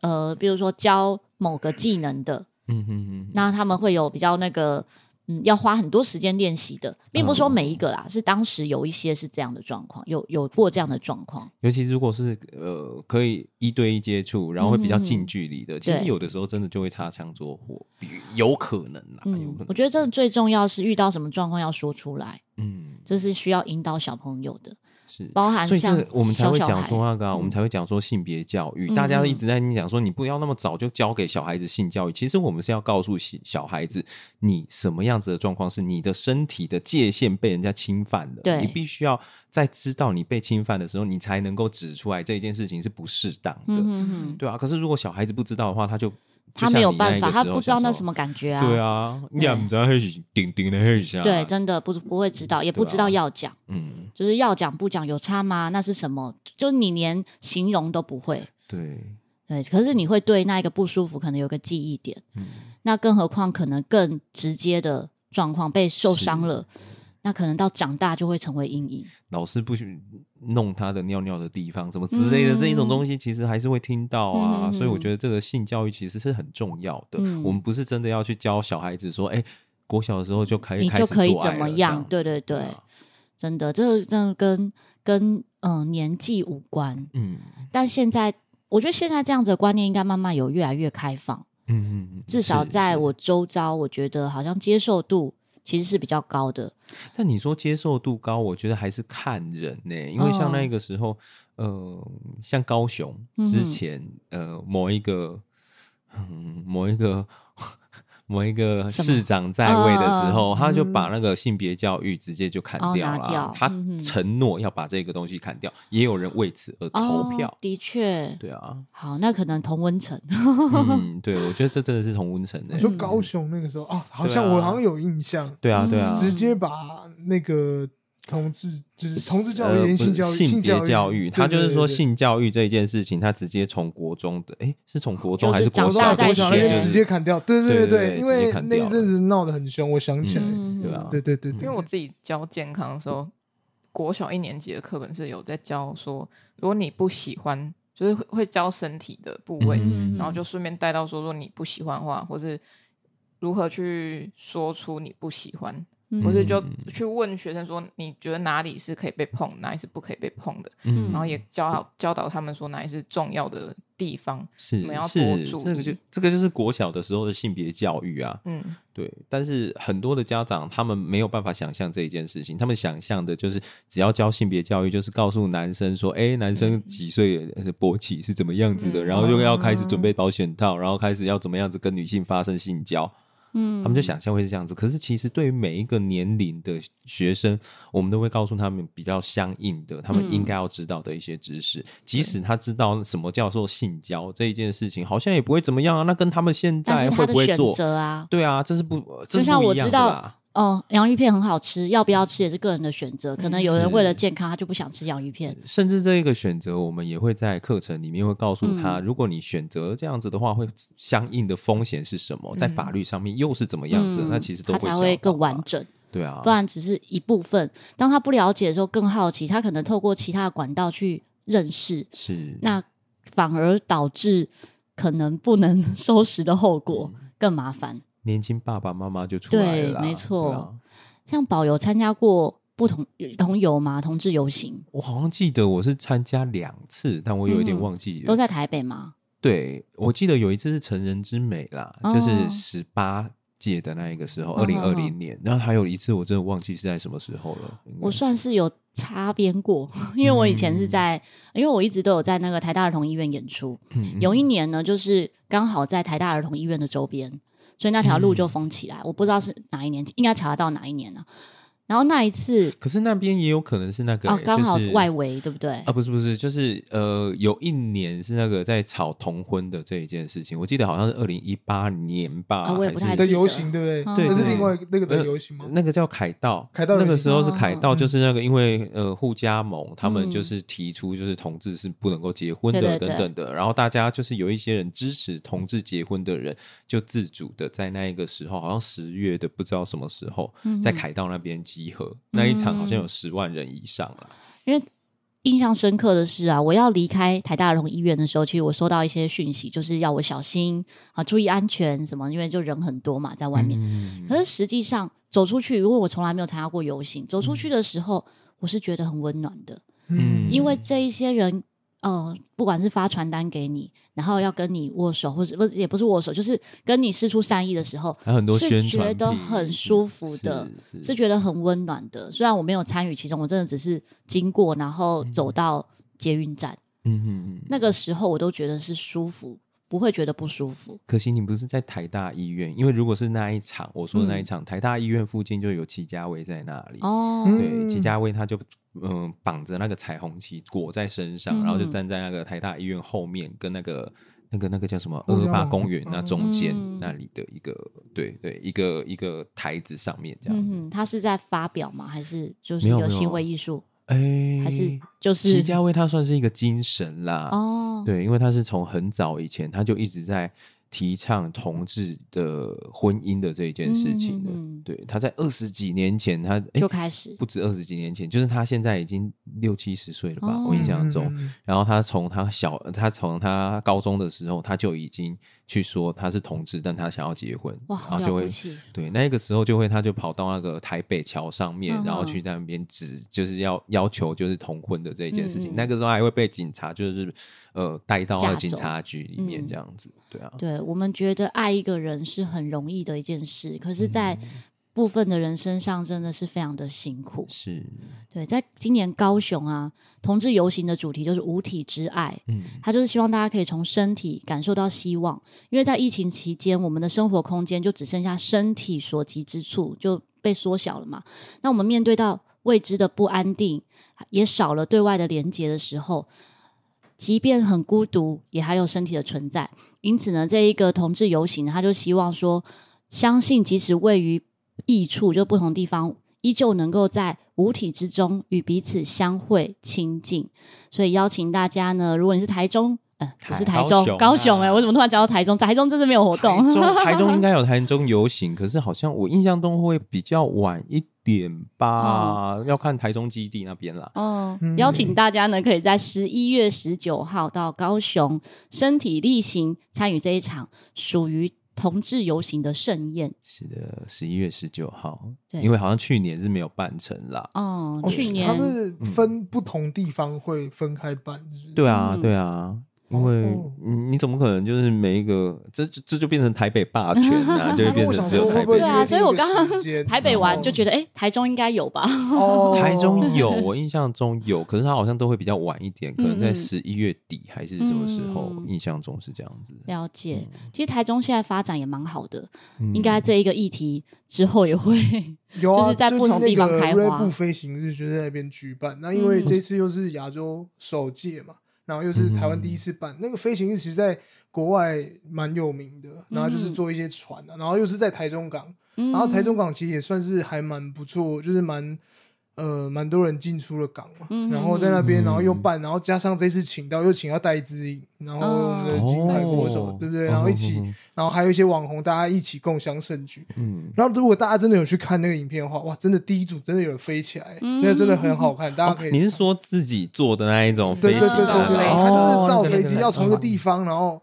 Speaker 1: 呃，比如说教某个技能的，
Speaker 3: 嗯嗯嗯，
Speaker 1: 那他们会有比较那个嗯，要花很多时间练习的，并不是
Speaker 3: 嗯
Speaker 1: 说每一个啦，是当时有一些是这样的状况，有有过这样的状况，
Speaker 3: 尤其如果是呃可以一对一接触，然后会比较近距离的，其实
Speaker 1: 对
Speaker 3: 有的时候真的就会擦枪走火，比有可能啦，有
Speaker 1: 嗯
Speaker 3: 可，能
Speaker 1: 我觉得真的最重要是遇到什么状况要说出来，
Speaker 3: 嗯
Speaker 1: 这是需要引导小朋友的。
Speaker 3: 是。
Speaker 1: 包含
Speaker 3: 所以
Speaker 1: 像
Speaker 3: 这我们才会
Speaker 1: 小小
Speaker 3: 讲
Speaker 1: 孩嗯
Speaker 3: 说那个啊、我们才会讲说性别教育，大家一直在讲说你不要那么早就教给小孩子性教育。其实我们是要告诉小小孩子，你什么样子的状况是你的身体的界限被人家侵犯了，
Speaker 1: 对
Speaker 3: 你必须要在知道你被侵犯的时候，你才能够指出来这件事情是不适当的，
Speaker 1: 嗯哼哼，
Speaker 3: 对啊。可是如果小孩子不知道的话，他就
Speaker 1: 他没有办法，他
Speaker 3: 他
Speaker 1: 不知道那什么感觉啊，
Speaker 3: 对啊，你也
Speaker 1: 对
Speaker 3: 不知道那是顶顶的那是啊，
Speaker 1: 对，真的不不会知道，也不知
Speaker 3: 啊
Speaker 1: 道要讲，
Speaker 3: 嗯，
Speaker 1: 就是要讲不讲有差吗？那是什么？就你连形容都不会，
Speaker 3: 对，
Speaker 1: 对，可是你会对那一个不舒服可能有个记忆点，
Speaker 3: 嗯，
Speaker 1: 那更何况可能更直接的状况被受伤了，那可能到长大就会成为阴影。
Speaker 3: 老师不许弄他的尿尿的地方，什么之类的、
Speaker 1: 嗯
Speaker 3: 这一种东西，其实还是会听到啊。
Speaker 1: 嗯嗯嗯
Speaker 3: 所以我觉得这个性教育其实是很重要的。
Speaker 1: 嗯
Speaker 3: 我们不是真的要去教小孩子说，哎、国小的时候就可以
Speaker 1: 你
Speaker 3: 开
Speaker 1: 就
Speaker 3: 始
Speaker 1: 可以
Speaker 3: 做爱
Speaker 1: 怎么
Speaker 3: 了
Speaker 1: 样
Speaker 3: 这子
Speaker 1: 对对对
Speaker 3: 啊
Speaker 1: 真的，这个真的跟跟嗯、呃年纪无关，
Speaker 3: 嗯
Speaker 1: 但现在我觉得现在这样子的观念应该慢慢有越来越开放，
Speaker 3: 嗯嗯嗯，
Speaker 1: 至少
Speaker 3: 是
Speaker 1: 在
Speaker 3: 是
Speaker 1: 我周遭，我觉得好像接受度其实是比较高的。
Speaker 3: 但你说接受度高，我觉得还是看人呢、因为像那个时候，呃，像高雄
Speaker 1: 哦嗯哼
Speaker 3: 之前，呃，某一个，嗯，某一个。 [LAUGHS] 某一个
Speaker 1: 什么
Speaker 3: 市长在位的时候，
Speaker 1: 嗯
Speaker 3: 他就把那个性别教育直接就砍
Speaker 1: 哦
Speaker 3: 掉了
Speaker 1: 拿
Speaker 3: 啊。
Speaker 1: 掉
Speaker 3: 他
Speaker 1: 嗯哼
Speaker 3: 承诺要把这个东西砍掉，也有人为此而投票。
Speaker 1: 哦、的确，
Speaker 3: 对
Speaker 1: [LAUGHS]
Speaker 3: 啊，
Speaker 1: 好，那可能同温层，
Speaker 3: 嗯，对，我觉得这真的是同温层的、
Speaker 2: 你说高雄那个时候啊，好像
Speaker 3: 嗯对啊
Speaker 2: 我好像有印象，
Speaker 3: 对啊，
Speaker 1: 嗯
Speaker 3: 对啊，
Speaker 2: 直接把那个同志就是同志教
Speaker 3: 呃
Speaker 2: 育、
Speaker 3: 不
Speaker 2: 跟性
Speaker 3: 是
Speaker 2: 教育、
Speaker 3: 性别
Speaker 2: 育，
Speaker 3: 教育，他就是
Speaker 2: 对
Speaker 3: 说
Speaker 2: 对对
Speaker 3: 性教育这一件事情，他直接从国中的，哎，是从国中
Speaker 1: 就是
Speaker 3: 还是
Speaker 1: 长
Speaker 3: 国
Speaker 1: 大
Speaker 3: 小
Speaker 1: 再
Speaker 3: 就
Speaker 2: 国小
Speaker 3: 直
Speaker 1: 学
Speaker 2: 那
Speaker 3: 接
Speaker 2: 边
Speaker 3: 就
Speaker 2: 直
Speaker 3: 是
Speaker 2: 接砍掉，对对
Speaker 3: 对对对
Speaker 2: 因
Speaker 3: 直接
Speaker 2: 为
Speaker 3: 砍
Speaker 2: 那
Speaker 3: 掉
Speaker 2: 一阵子闹得很凶，我想起来，
Speaker 1: 嗯
Speaker 3: 对啊
Speaker 2: 对对对对，
Speaker 4: 因为我自己教健康的时候，国小一年级的课本是有在教说，如果你不喜欢，就是会会教身体的部位，
Speaker 1: 嗯
Speaker 4: 然后就顺便带到说，如果你不喜欢的话，或是如何去说出你不喜欢，或
Speaker 3: 我
Speaker 4: 是
Speaker 3: 是
Speaker 4: 就
Speaker 3: 嗯
Speaker 4: 去问学生说，你觉得哪里是可以被碰，哪里是不可以被碰的，
Speaker 1: 嗯
Speaker 4: 然后也教好教导他们说哪里是重要的地方。
Speaker 3: 是
Speaker 4: 我们要多
Speaker 3: 是
Speaker 4: 注
Speaker 3: 这个就
Speaker 4: 意
Speaker 3: 这个就是国小的时候的性别教育啊，
Speaker 4: 嗯，
Speaker 3: 对，但是很多的家长他们没有办法想象这一件事情，他们想象的就是只要教性别教育，就是告诉男生说，哎，男
Speaker 1: 嗯
Speaker 3: 生几岁呃勃起是怎么样子的，
Speaker 4: 嗯
Speaker 3: 然后就要开始
Speaker 1: 哦
Speaker 3: 准备保险套，然后开始要怎么样子跟女性发生性交，
Speaker 1: 嗯，
Speaker 3: 他们就想象会是这样子。可是其实对于每一个年龄的学生，我们都会告诉他们比较相应的，他
Speaker 1: 嗯
Speaker 3: 们应该要知道的一些知识。即使他知道什么叫做性交这一件事情，好像也不会怎么样啊。那跟他们现
Speaker 1: 但
Speaker 3: 在
Speaker 1: 是
Speaker 3: 会
Speaker 1: 他的
Speaker 3: 不会
Speaker 1: 选
Speaker 3: 做？
Speaker 1: 择啊，
Speaker 3: 对啊，这是不，
Speaker 1: 就
Speaker 3: 这
Speaker 1: 是像
Speaker 3: 不
Speaker 1: 我
Speaker 3: 一样
Speaker 1: 知
Speaker 3: 的
Speaker 1: 道
Speaker 3: 啦。
Speaker 1: 哦，洋芋片很好吃，要不要吃也是个人的选择。可
Speaker 3: 嗯
Speaker 1: 能有人为了健康，他就不想吃洋芋片。
Speaker 3: 甚至这一个选择，我们也会在课程里面会告诉他，
Speaker 1: 嗯
Speaker 3: 如果你选择这样子的话，会相应的风险是什么，在法律上面又是怎么样子？
Speaker 1: 嗯
Speaker 3: 那其实都
Speaker 1: 他
Speaker 3: 会
Speaker 1: 才
Speaker 3: 教
Speaker 1: 会
Speaker 3: 导
Speaker 1: 更完
Speaker 3: 啊。
Speaker 1: 整，
Speaker 3: 对啊，
Speaker 1: 不然只是一部分。当他不了解的时候，更好奇，他可能透过其他的管道去认识，
Speaker 3: 是
Speaker 1: 那反而导致可能不能 [LAUGHS] 收拾的后果更麻烦。
Speaker 3: 年轻爸爸妈妈就出来了啦，
Speaker 1: 对没错
Speaker 3: 对啊
Speaker 1: 像宝有参加过不同同游吗？同志游行
Speaker 3: 我好像记得我是参加两次，但我有一点忘记了。
Speaker 1: 嗯都在台北吗？
Speaker 3: 对，我记得有一次是成人之美啦，
Speaker 1: 哦
Speaker 3: 就是十八届的那一个时候，
Speaker 1: 哦
Speaker 3: 二零二
Speaker 1: 哦哦
Speaker 3: 零年。然后还有一次我真的忘记是在什么时候了。应该
Speaker 1: 我算是有擦边过， [LAUGHS] 因为我以前是在，因为我一直都有在那个台大儿童医院演出。
Speaker 3: 嗯
Speaker 1: 有一年呢，就是刚好在台大儿童医院的周边，所以那条路
Speaker 3: 嗯
Speaker 1: 就封起来。我不知道是哪一年，应该查得到哪一年呢、啊然后那一次
Speaker 3: 可是那边也有可能是那个、
Speaker 1: 啊，刚好
Speaker 3: 就是
Speaker 1: 外围，对不对？
Speaker 3: 啊，不是不是，就是呃，有一年是那个在吵同婚的这一件事情，我记得好像是二零一八年吧，
Speaker 1: 啊我也不太
Speaker 3: 还
Speaker 1: 记
Speaker 2: 的
Speaker 3: 是
Speaker 1: 得
Speaker 2: 游行，对不
Speaker 1: 嗯
Speaker 2: 对？那是
Speaker 3: 对
Speaker 2: 另外那个
Speaker 3: 呃
Speaker 2: 的游行吗？嗯
Speaker 3: 那个叫凯道，
Speaker 2: 凯道
Speaker 3: 那
Speaker 2: 游
Speaker 3: 个
Speaker 2: 行
Speaker 3: 时候是凯
Speaker 1: 哦
Speaker 3: 道，
Speaker 2: 嗯
Speaker 1: 哦
Speaker 3: 就是那个因为呃互加盟，他们
Speaker 1: 嗯
Speaker 3: 就是提出就是同志是不能够结婚的
Speaker 1: 对对对
Speaker 3: 等等的，然后大家就是有一些人支持同志结婚的人，就自主的在那一个时候，好像十月的不知道什么时候，
Speaker 1: 嗯
Speaker 3: 在
Speaker 1: 哼
Speaker 3: 凯道那边集合，那一场好像有十万人以上了。
Speaker 1: 印象深刻的是啊，我要离开台大儿童医院的时候，其实我收到一些讯息，就是要我小心啊，注意安全什么，因为就人很多嘛，在外面。
Speaker 3: 嗯
Speaker 1: 可是实际上走出去，因为我从来没有参加过
Speaker 3: 嗯
Speaker 1: 游行，走出去的时候，我是觉得很温暖的，
Speaker 3: 嗯
Speaker 1: 因为这一些人呃，不管是发传单给你，然后要跟你握手，或者不是也不是握手，就是跟你施出善意的时候，
Speaker 3: 还有很多宣
Speaker 1: 是觉
Speaker 3: 传
Speaker 1: 得
Speaker 3: 品
Speaker 1: 很舒服的，
Speaker 3: 是
Speaker 1: 是觉得很温暖的。虽然我没有参与其中，我真的只是经过，然后走到捷运站，
Speaker 3: 嗯嗯嗯。
Speaker 1: 那个时候我都觉得是舒服，不会觉得不舒服。
Speaker 3: 可惜你不是在台大医院，因为如果是那一场我说的那一场，台大医院附近就有齐家威在那里。
Speaker 1: 嗯哦，
Speaker 2: 嗯
Speaker 3: 对，齐家威他就嗯绑着那个彩虹旗裹在身上，
Speaker 1: 嗯
Speaker 3: 然后就站在那个台大医院后面，跟那个那个那个叫什么
Speaker 2: 互
Speaker 3: 二二
Speaker 2: 相
Speaker 3: 八
Speaker 2: 往
Speaker 3: 公园那中间、
Speaker 1: 嗯
Speaker 3: 那里的一个对对一个一个台子上面这样。
Speaker 1: 嗯哼，他是在发表吗？还是就是
Speaker 3: 没有没有
Speaker 1: 行为艺术，
Speaker 3: 哎、
Speaker 1: 还是就是
Speaker 3: 齐家威他算是一个精神啦，
Speaker 1: 哦，
Speaker 3: 对，因为他是从很早以前他就一直在提倡同志的婚姻的这一件事情
Speaker 1: 嗯
Speaker 3: 的。
Speaker 1: 嗯嗯
Speaker 3: 对，他在二十几年前，他诶
Speaker 1: 就开始
Speaker 3: 不止二十几年前，就是他现在已经六七十岁了吧？
Speaker 1: 哦
Speaker 3: 我印象中。
Speaker 2: 嗯
Speaker 3: 然后他从他小，他从他高中的时候，他就已经去说他是同志，但他想要结婚，
Speaker 1: 哇，
Speaker 3: 然
Speaker 1: 好
Speaker 3: 后就
Speaker 1: 了
Speaker 3: 会
Speaker 1: 不起，
Speaker 3: 对，那个时候就会，他就跑到那个台北桥上面，
Speaker 1: 嗯
Speaker 3: 然后
Speaker 1: 嗯
Speaker 3: 去那边指，就是要要求就是同婚的这一件事情。
Speaker 1: 嗯嗯
Speaker 3: 那个时候还会被警察就是呃带到
Speaker 1: 架
Speaker 3: 了
Speaker 1: 走
Speaker 3: 警察局里面
Speaker 1: 嗯
Speaker 3: 这样子，对啊，
Speaker 1: 对我们觉得爱一个人是很容易的一件事，可是，在部分的人身上真的是非常的辛苦。
Speaker 3: 是，
Speaker 1: 对，在今年高雄啊，同志游行的主题就是无体之爱。
Speaker 3: 嗯
Speaker 1: 他就是希望大家可以从身体感受到希望，因为在疫情期间，我们的生活空间就只剩下身体所及之处，就被缩小了嘛。那我们面对到未知的不安定，也少了对外的连接的时候，即便很孤独，也还有身体的存在。因此呢，这一个同志游行，他就希望说，相信即使位于异处，就不同地方，依旧能够在五体之中与彼此相会亲近。所以邀请大家呢，如果你是台中，呃，不是
Speaker 3: 台
Speaker 1: 台中
Speaker 3: 高雄，
Speaker 1: 高雄哎、
Speaker 3: 啊
Speaker 1: 我怎么突然讲到台中？台中真的没有活动，[LAUGHS]
Speaker 3: 台中台中应该有台中游行，可是好像我印象中会比较晚一点吧，
Speaker 1: 哦
Speaker 3: 要看台中基地那边啦。
Speaker 1: 嗯
Speaker 2: 嗯，
Speaker 1: 邀请大家呢，可以在十一月十九号到高雄身体力行参与这一场属于同志游行的盛宴。
Speaker 3: 是的，十一月十九号，
Speaker 1: 对
Speaker 3: 因为好像去年是没有办成啦。
Speaker 1: 哦，
Speaker 2: 哦
Speaker 1: 去
Speaker 2: 他
Speaker 1: 年
Speaker 2: 们分不同地方会分开办，是不是
Speaker 3: 对啊，
Speaker 1: 嗯
Speaker 3: 对啊，因为
Speaker 2: 哦
Speaker 3: 你你怎么可能就是每一个这这这就变成台北霸权啊，就会变
Speaker 2: 我想
Speaker 3: 成只
Speaker 2: 说
Speaker 3: 有
Speaker 2: 会
Speaker 3: 台
Speaker 2: 不会
Speaker 3: 北
Speaker 1: 对。啊所以我刚刚 [LAUGHS] 台北
Speaker 3: 哦
Speaker 2: 嗯
Speaker 1: 玩就觉得，哎、台中应该有吧？哦
Speaker 2: 得
Speaker 3: 台中有，我印象中有，可是它好像都会比较晚一点，可能在
Speaker 1: 嗯嗯
Speaker 3: 十一月底还是什么时候？
Speaker 1: 嗯
Speaker 3: 印象中是这样子。
Speaker 1: 了解，其实台中现在发展也蛮好的，
Speaker 3: 嗯
Speaker 1: 嗯应该这一个议题之后也 [LAUGHS] 会
Speaker 2: 有啊，
Speaker 1: 就是在不同地方开花
Speaker 2: 瑞布飞行日就在那边举办，那因为
Speaker 1: 嗯
Speaker 2: 这次又是亚洲首届嘛，然后又是台湾第一次办，那个飞行日其实在国外蛮有名的，然后就是做一些船啊，然后又是在台中港，
Speaker 1: 嗯
Speaker 2: 然后台中港其实也算是还蛮不错，就是蛮。呃，蛮多人进出了港嘛，
Speaker 1: 嗯
Speaker 2: 然后在那边，
Speaker 3: 嗯
Speaker 2: 然后又办，然后加上这次请到又请到戴资颖，然后我们
Speaker 1: 哦
Speaker 2: 的金牌国
Speaker 3: 哦
Speaker 2: 手，对不对？然后一起，然后还有一些网红，大家一起共襄盛举。
Speaker 3: 嗯，
Speaker 2: 然后，如果大家真的有去看那个影片的话，哇，真的第一组真的有人飞起来，
Speaker 1: 嗯
Speaker 2: 那个真的很好看，大家
Speaker 3: 哦
Speaker 2: 可以。
Speaker 3: 你是说自己做的那一种
Speaker 2: 对
Speaker 3: 飞
Speaker 2: 对
Speaker 3: 机
Speaker 2: 对
Speaker 3: 照
Speaker 2: 对对，
Speaker 4: 造
Speaker 2: 对
Speaker 4: 飞
Speaker 2: 它
Speaker 4: 机
Speaker 2: 就是造飞
Speaker 3: 哦那
Speaker 2: 机，
Speaker 3: 个
Speaker 2: 要从一个地方，然后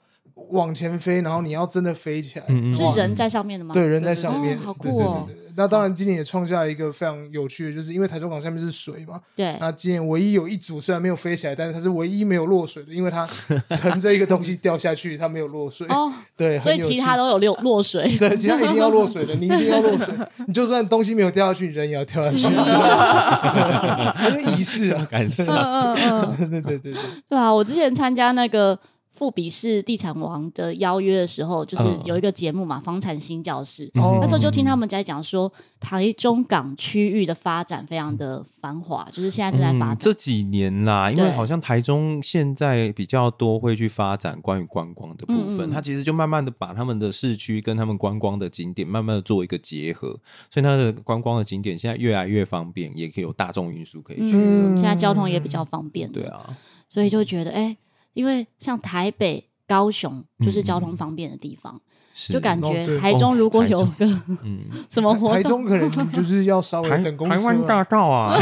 Speaker 2: 往前飞，然后你要真的飞起来，
Speaker 3: 嗯嗯
Speaker 1: 是
Speaker 3: 哇
Speaker 1: 人在上面的吗？
Speaker 2: 对，人在上面，
Speaker 1: 哦好
Speaker 2: 对
Speaker 1: 酷哦
Speaker 2: 对对对对那当然，今年也创下了一个非常有趣的，就是因为台中港下面是水嘛，
Speaker 1: 对，
Speaker 2: 那今年唯一有一组虽然没有飞起来，但是它是唯一没有落水的，因为它乘着一个东西掉下去，它没有落水。
Speaker 1: 哦，
Speaker 2: 对，
Speaker 1: 所以
Speaker 2: 很有
Speaker 1: 其
Speaker 2: 趣
Speaker 1: 他都有落落水。
Speaker 2: [LAUGHS] 对，其他一定要
Speaker 1: [LAUGHS]
Speaker 2: 落水的，你一定要落水，你就算东西没有掉下去，人也要掉下去， [LAUGHS] 它是仪式啊。 [LAUGHS]
Speaker 3: 感受
Speaker 1: 嗯嗯嗯。
Speaker 2: 对对对对对，
Speaker 1: [LAUGHS] 对啊，我之前参加那个富比士地产王的邀约的时候，就是
Speaker 3: 嗯
Speaker 1: 有一个节目嘛，房产新教室。
Speaker 2: 哦
Speaker 1: 那时候就听他们在讲说，台中港区域的发展非常的繁华，就是现在正在发
Speaker 3: 嗯
Speaker 1: 展。
Speaker 3: 这几年啦，因为
Speaker 1: 对
Speaker 3: 好像台中现在比较多会去发展关于观光的部
Speaker 1: 嗯
Speaker 3: 分，
Speaker 1: 嗯
Speaker 3: 它其实就慢慢的把他们的市区跟他们观光的景点慢慢的做一个结合，所以它的观光的景点现在越来越方便，也可以有大众运输可以去。
Speaker 1: 嗯，现在交通也比较方便。
Speaker 3: 对，啊，
Speaker 1: 所以就觉得哎、因为像台北高雄就是交通方便的地方，
Speaker 3: 是
Speaker 1: 就感
Speaker 2: 哦
Speaker 1: 觉
Speaker 2: 对
Speaker 1: 台中如果有个 [LAUGHS]
Speaker 2: [LAUGHS]
Speaker 3: 嗯，
Speaker 1: 什么活
Speaker 2: 台
Speaker 1: 动，
Speaker 2: 中可能就是要稍微
Speaker 3: 台
Speaker 2: 等公
Speaker 3: 台
Speaker 2: 车
Speaker 3: 湾
Speaker 2: 啊
Speaker 3: 大道
Speaker 1: [LAUGHS]
Speaker 3: 啊，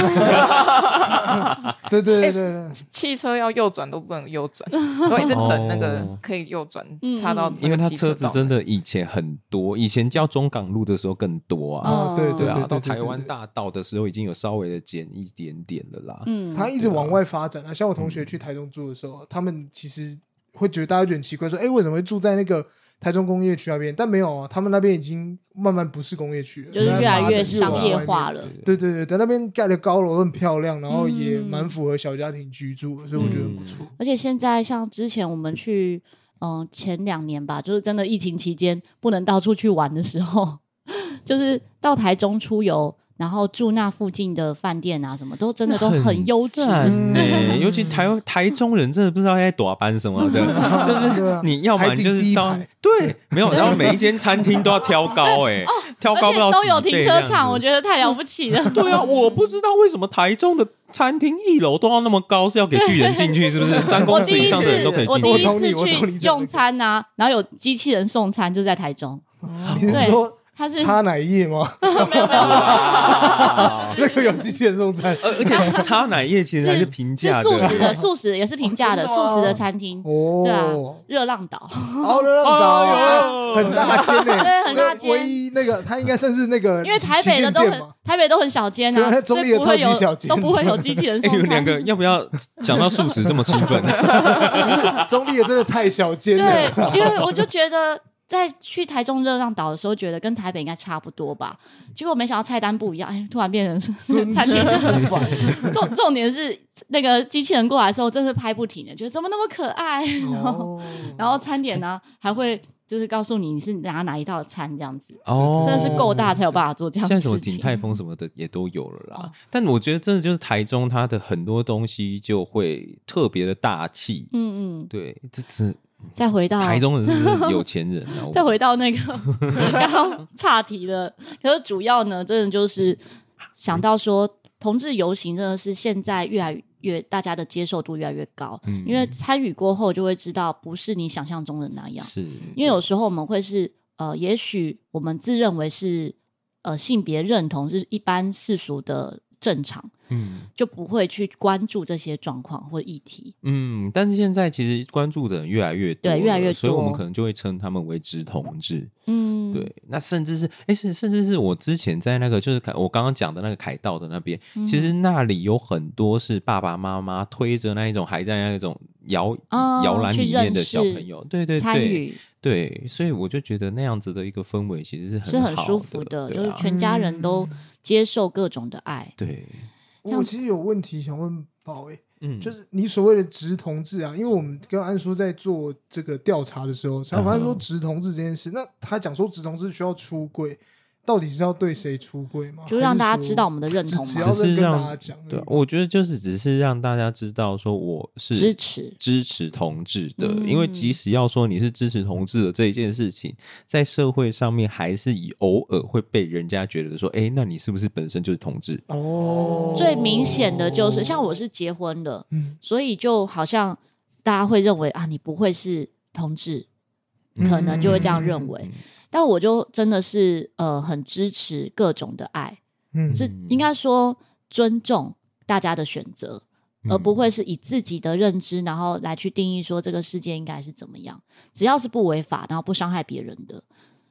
Speaker 2: 对对对对
Speaker 4: 哎
Speaker 2: 对，
Speaker 4: 汽车要右转都不能右转，都一直等那个
Speaker 3: 哦
Speaker 4: 可以右转
Speaker 1: 嗯
Speaker 4: 插到那个
Speaker 3: 因为它
Speaker 4: 机
Speaker 3: 车子
Speaker 4: 道
Speaker 3: 真
Speaker 4: 那里。
Speaker 3: 的以前很多，以前叫中港路的时候更多啊。
Speaker 1: 哦
Speaker 2: 啊对
Speaker 3: 对
Speaker 2: 对
Speaker 3: 啊，
Speaker 2: 对对，
Speaker 3: 到台湾
Speaker 2: 大，
Speaker 3: 大道的时候已经有稍微的减一点点了啦。
Speaker 1: 嗯，
Speaker 2: 他一直往外发
Speaker 3: 嗯
Speaker 2: 展啊。像我同学去台中住的时候啊，他们其实会觉得大家觉得很奇怪，说哎，为什么会住在那个台中工业区那边？但没有啊，他们那边已经慢慢不是工业区了，
Speaker 1: 就是
Speaker 2: 慢
Speaker 1: 越
Speaker 2: 慢发
Speaker 1: 来
Speaker 2: 展
Speaker 1: 越
Speaker 2: 往
Speaker 1: 商业
Speaker 2: 外面
Speaker 1: 化了。
Speaker 2: 对对对，在那边盖的高楼很漂亮，然后也
Speaker 1: 嗯
Speaker 2: 蛮符合小家庭居住的，所以我觉得很不错。
Speaker 1: 而且现在像之前我们去，嗯、前两年吧，就是真的疫情期间不能到处去玩的时候， [LAUGHS] 就是到台中出游，然后住那附近的饭店啊，什么都真的都很优质。
Speaker 3: [LAUGHS] 赞欸
Speaker 2: 嗯
Speaker 3: 尤其台台中人真的不知道在躲班
Speaker 1: [LAUGHS]
Speaker 3: 什么的，
Speaker 2: 对
Speaker 3: 就是
Speaker 2: 啊
Speaker 3: 你要不然
Speaker 2: 海景
Speaker 3: 就是
Speaker 2: 第一
Speaker 3: 到
Speaker 2: 排
Speaker 3: 对没有，然后每一间餐厅都要挑高
Speaker 1: [LAUGHS]
Speaker 3: 哎，挑
Speaker 1: 哦而
Speaker 3: 高不知
Speaker 1: 且
Speaker 3: 道
Speaker 1: 都有停
Speaker 3: 几倍这
Speaker 1: 车
Speaker 3: 样
Speaker 1: 场，
Speaker 3: 子
Speaker 1: 我觉得太了不起了。
Speaker 3: [LAUGHS] 对啊，我不知道为什么台中的餐厅一楼都要那么高，是要给巨人进去，是
Speaker 1: [LAUGHS]
Speaker 3: 不是？三
Speaker 1: 我
Speaker 3: 公尺
Speaker 1: 第
Speaker 3: 以
Speaker 1: 一次
Speaker 3: 上的人都可以，
Speaker 1: 我
Speaker 3: 进
Speaker 1: 第
Speaker 3: 去。
Speaker 1: 一
Speaker 2: 我懂
Speaker 1: 次
Speaker 2: 你我懂
Speaker 1: 去
Speaker 2: 你讲这个
Speaker 1: 用餐啊，然后有机器人送餐，就在台中。
Speaker 2: 你是
Speaker 1: 嗯对
Speaker 2: 说
Speaker 1: 它是
Speaker 2: 擦奶
Speaker 1: [LAUGHS]
Speaker 2: 液吗？
Speaker 3: 哇
Speaker 2: 那个有机器人送餐
Speaker 3: 而而且擦奶液其实还是平价
Speaker 1: 素食的，
Speaker 3: 的。
Speaker 1: 素食也是平价的，
Speaker 2: 哦真的
Speaker 1: 素
Speaker 2: 吗
Speaker 1: 食的餐厅，对啊
Speaker 2: [LAUGHS] 哦。
Speaker 1: 热浪岛。
Speaker 2: 好热
Speaker 3: 哎呦
Speaker 2: 岛啊很大间
Speaker 1: [LAUGHS]
Speaker 2: 呢，
Speaker 1: 对很大间
Speaker 2: 这唯一那个，它应该算是那个旗舰店吧，
Speaker 1: 因为台北的都很台北都很小间
Speaker 2: 对
Speaker 1: 啊，
Speaker 2: 它中
Speaker 1: 所
Speaker 2: 立
Speaker 1: 以
Speaker 2: 的
Speaker 1: 不会
Speaker 2: 超级小
Speaker 1: 有
Speaker 2: 间
Speaker 1: 都不会有机
Speaker 3: [LAUGHS]
Speaker 1: 器人
Speaker 3: 哎，
Speaker 1: 送
Speaker 3: 你们两
Speaker 1: 餐。
Speaker 3: 个要不要讲到素食这么兴奋？
Speaker 1: [LAUGHS]
Speaker 2: 中立的真的太小 [LAUGHS] 间了。
Speaker 1: 对，因为我就觉得在去台中热浪岛的时候，觉得跟台北应该差不多吧，结果没想到菜单不一样，哎，突然变成
Speaker 2: 尊
Speaker 1: [LAUGHS] 餐
Speaker 2: 敬
Speaker 1: 厅。
Speaker 2: 很烦
Speaker 1: 重重点是那个机器人过来的时候，真是拍不停的，觉得怎么那么可爱， [LAUGHS] 然后
Speaker 2: 哦
Speaker 1: 然后餐点呢、还会就是告诉你你是拿哪一道餐这样子，
Speaker 3: 哦
Speaker 1: [LAUGHS] 真的是够大才有办法做这样
Speaker 3: 现
Speaker 1: 的
Speaker 3: 在什么
Speaker 1: 事
Speaker 3: 鼎
Speaker 1: 情。
Speaker 3: 泰丰什么的也都有了啦，
Speaker 1: 哦
Speaker 3: 但我觉得真的就是台中，它的很多东西就会特别的大气。
Speaker 1: 嗯嗯，
Speaker 3: 对，这这
Speaker 1: 再回到
Speaker 3: 台中人是不是
Speaker 1: [LAUGHS]
Speaker 3: 有钱人啊？
Speaker 1: 哦再
Speaker 3: 我
Speaker 1: 回到那个 [LAUGHS] 刚刚岔题了，可是主要呢，真的就是想到说，同志游行真的是现在越来越大家的接受度越来越高，
Speaker 3: 嗯
Speaker 1: 因为参与过后就会知道不是你想象中的那样，
Speaker 3: 是
Speaker 1: 因为有时候我们会是呃，也许我们自认为是呃性别认同是一般世俗的正常，
Speaker 3: 嗯
Speaker 1: 就不会去关注这些状况或议题，
Speaker 3: 嗯，但是现在其实关注的人越来越多了，
Speaker 1: 对越来越多
Speaker 3: 所以我们可能就会称他们为直同志。
Speaker 1: 嗯，
Speaker 3: 对，那甚至是哎，是甚至是我之前在那个就是凯我刚刚讲的那个凯道的那边，
Speaker 1: 嗯
Speaker 3: 其实那里有很多是爸爸妈妈推着那一种还在那一种摇、
Speaker 1: 哦
Speaker 3: 摇篮里面
Speaker 1: 去
Speaker 3: 的
Speaker 1: 认
Speaker 3: 小朋友，对对对，
Speaker 1: 参与。
Speaker 3: 对，所以我就觉得那样子的一个氛围其实是很
Speaker 1: 是很
Speaker 3: 好
Speaker 1: 舒服
Speaker 3: 的，
Speaker 1: 的，
Speaker 3: 对
Speaker 1: 就是
Speaker 3: 啊
Speaker 1: 全家人都接受各种的爱。
Speaker 3: 对，
Speaker 2: 嗯我其实有问题想问宝哎诶，
Speaker 3: 嗯，
Speaker 2: 就是你所谓的直同志啊，因为我们跟安叔在做这个调查的时候，才发现说
Speaker 3: 嗯哼
Speaker 2: 直同志这件事。那他讲说直同志需要出柜，到底是要对谁出柜吗？
Speaker 1: 就让大家知道我
Speaker 2: 们
Speaker 1: 们的认同
Speaker 2: 只
Speaker 1: 嘛
Speaker 2: 要，
Speaker 3: 只
Speaker 2: 跟
Speaker 3: 是让
Speaker 2: 大家讲而已，
Speaker 3: 对啊，我觉得就是只是让大家知道说我是
Speaker 1: 支持。
Speaker 3: 支持同志的，因为
Speaker 1: 嗯
Speaker 3: 即使要说你是支持同志的这一件事情，在社会上面还是以偶尔会被人家觉得说，哎，那你是不是本身就是同志？
Speaker 2: 哦，
Speaker 1: 最明显的就是，像我是结婚了，
Speaker 2: 嗯
Speaker 1: 所以就好像大家会认为啊，你不会是同志，可能就会这样认为。但我就真的是呃，很支持各种的爱，
Speaker 2: 嗯
Speaker 1: 是应该说尊重大家的选择。
Speaker 3: 嗯
Speaker 1: 而哦不会是以自己的认知，然后来去定义说这个世界应该是怎么样。只要是不违法，然后不伤害别人的，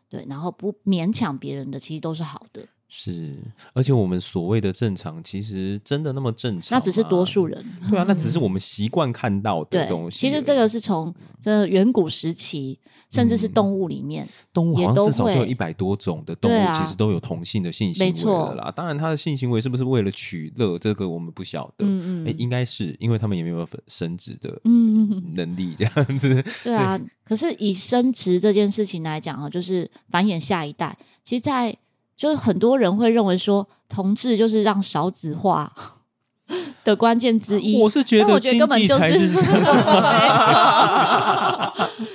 Speaker 1: 对，然后不勉强别人的，其实都是好的。
Speaker 3: 是，而且我们所谓的正常，其实真的那么正常？
Speaker 1: 那只是多数。人，
Speaker 3: 对啊，那只是我们习惯看到的
Speaker 1: 对
Speaker 3: 东。西而
Speaker 1: 其
Speaker 3: 已。嗯
Speaker 1: 实这个是从这远古时期，甚至是动物里面，
Speaker 3: 动物好
Speaker 1: 也
Speaker 3: 像
Speaker 1: 都
Speaker 3: 至少就有
Speaker 1: 会
Speaker 3: 一百多种的动
Speaker 1: 对
Speaker 3: 物，
Speaker 1: 啊
Speaker 3: 其实都有同性的性行
Speaker 1: 没
Speaker 3: 为
Speaker 1: 错
Speaker 3: 了啦。当然，它的性行为是不是为了取乐，这个我们不晓得。
Speaker 1: 嗯嗯
Speaker 3: 诶应该是因为他们也没有生殖的
Speaker 1: 嗯， [LAUGHS]
Speaker 3: 能力，这样子。
Speaker 1: 对啊。可是以生殖这件事情来讲啊，就是繁衍下一代，其实在，就是很多人会认为说，同志就是让少子化。 [LAUGHS] 的关键之一。
Speaker 3: 啊我是觉
Speaker 1: 但
Speaker 3: 得
Speaker 1: 嗯我觉得
Speaker 3: 经
Speaker 1: 根本
Speaker 3: 济
Speaker 1: 就
Speaker 3: 才
Speaker 1: 是，
Speaker 3: 是
Speaker 1: [LAUGHS]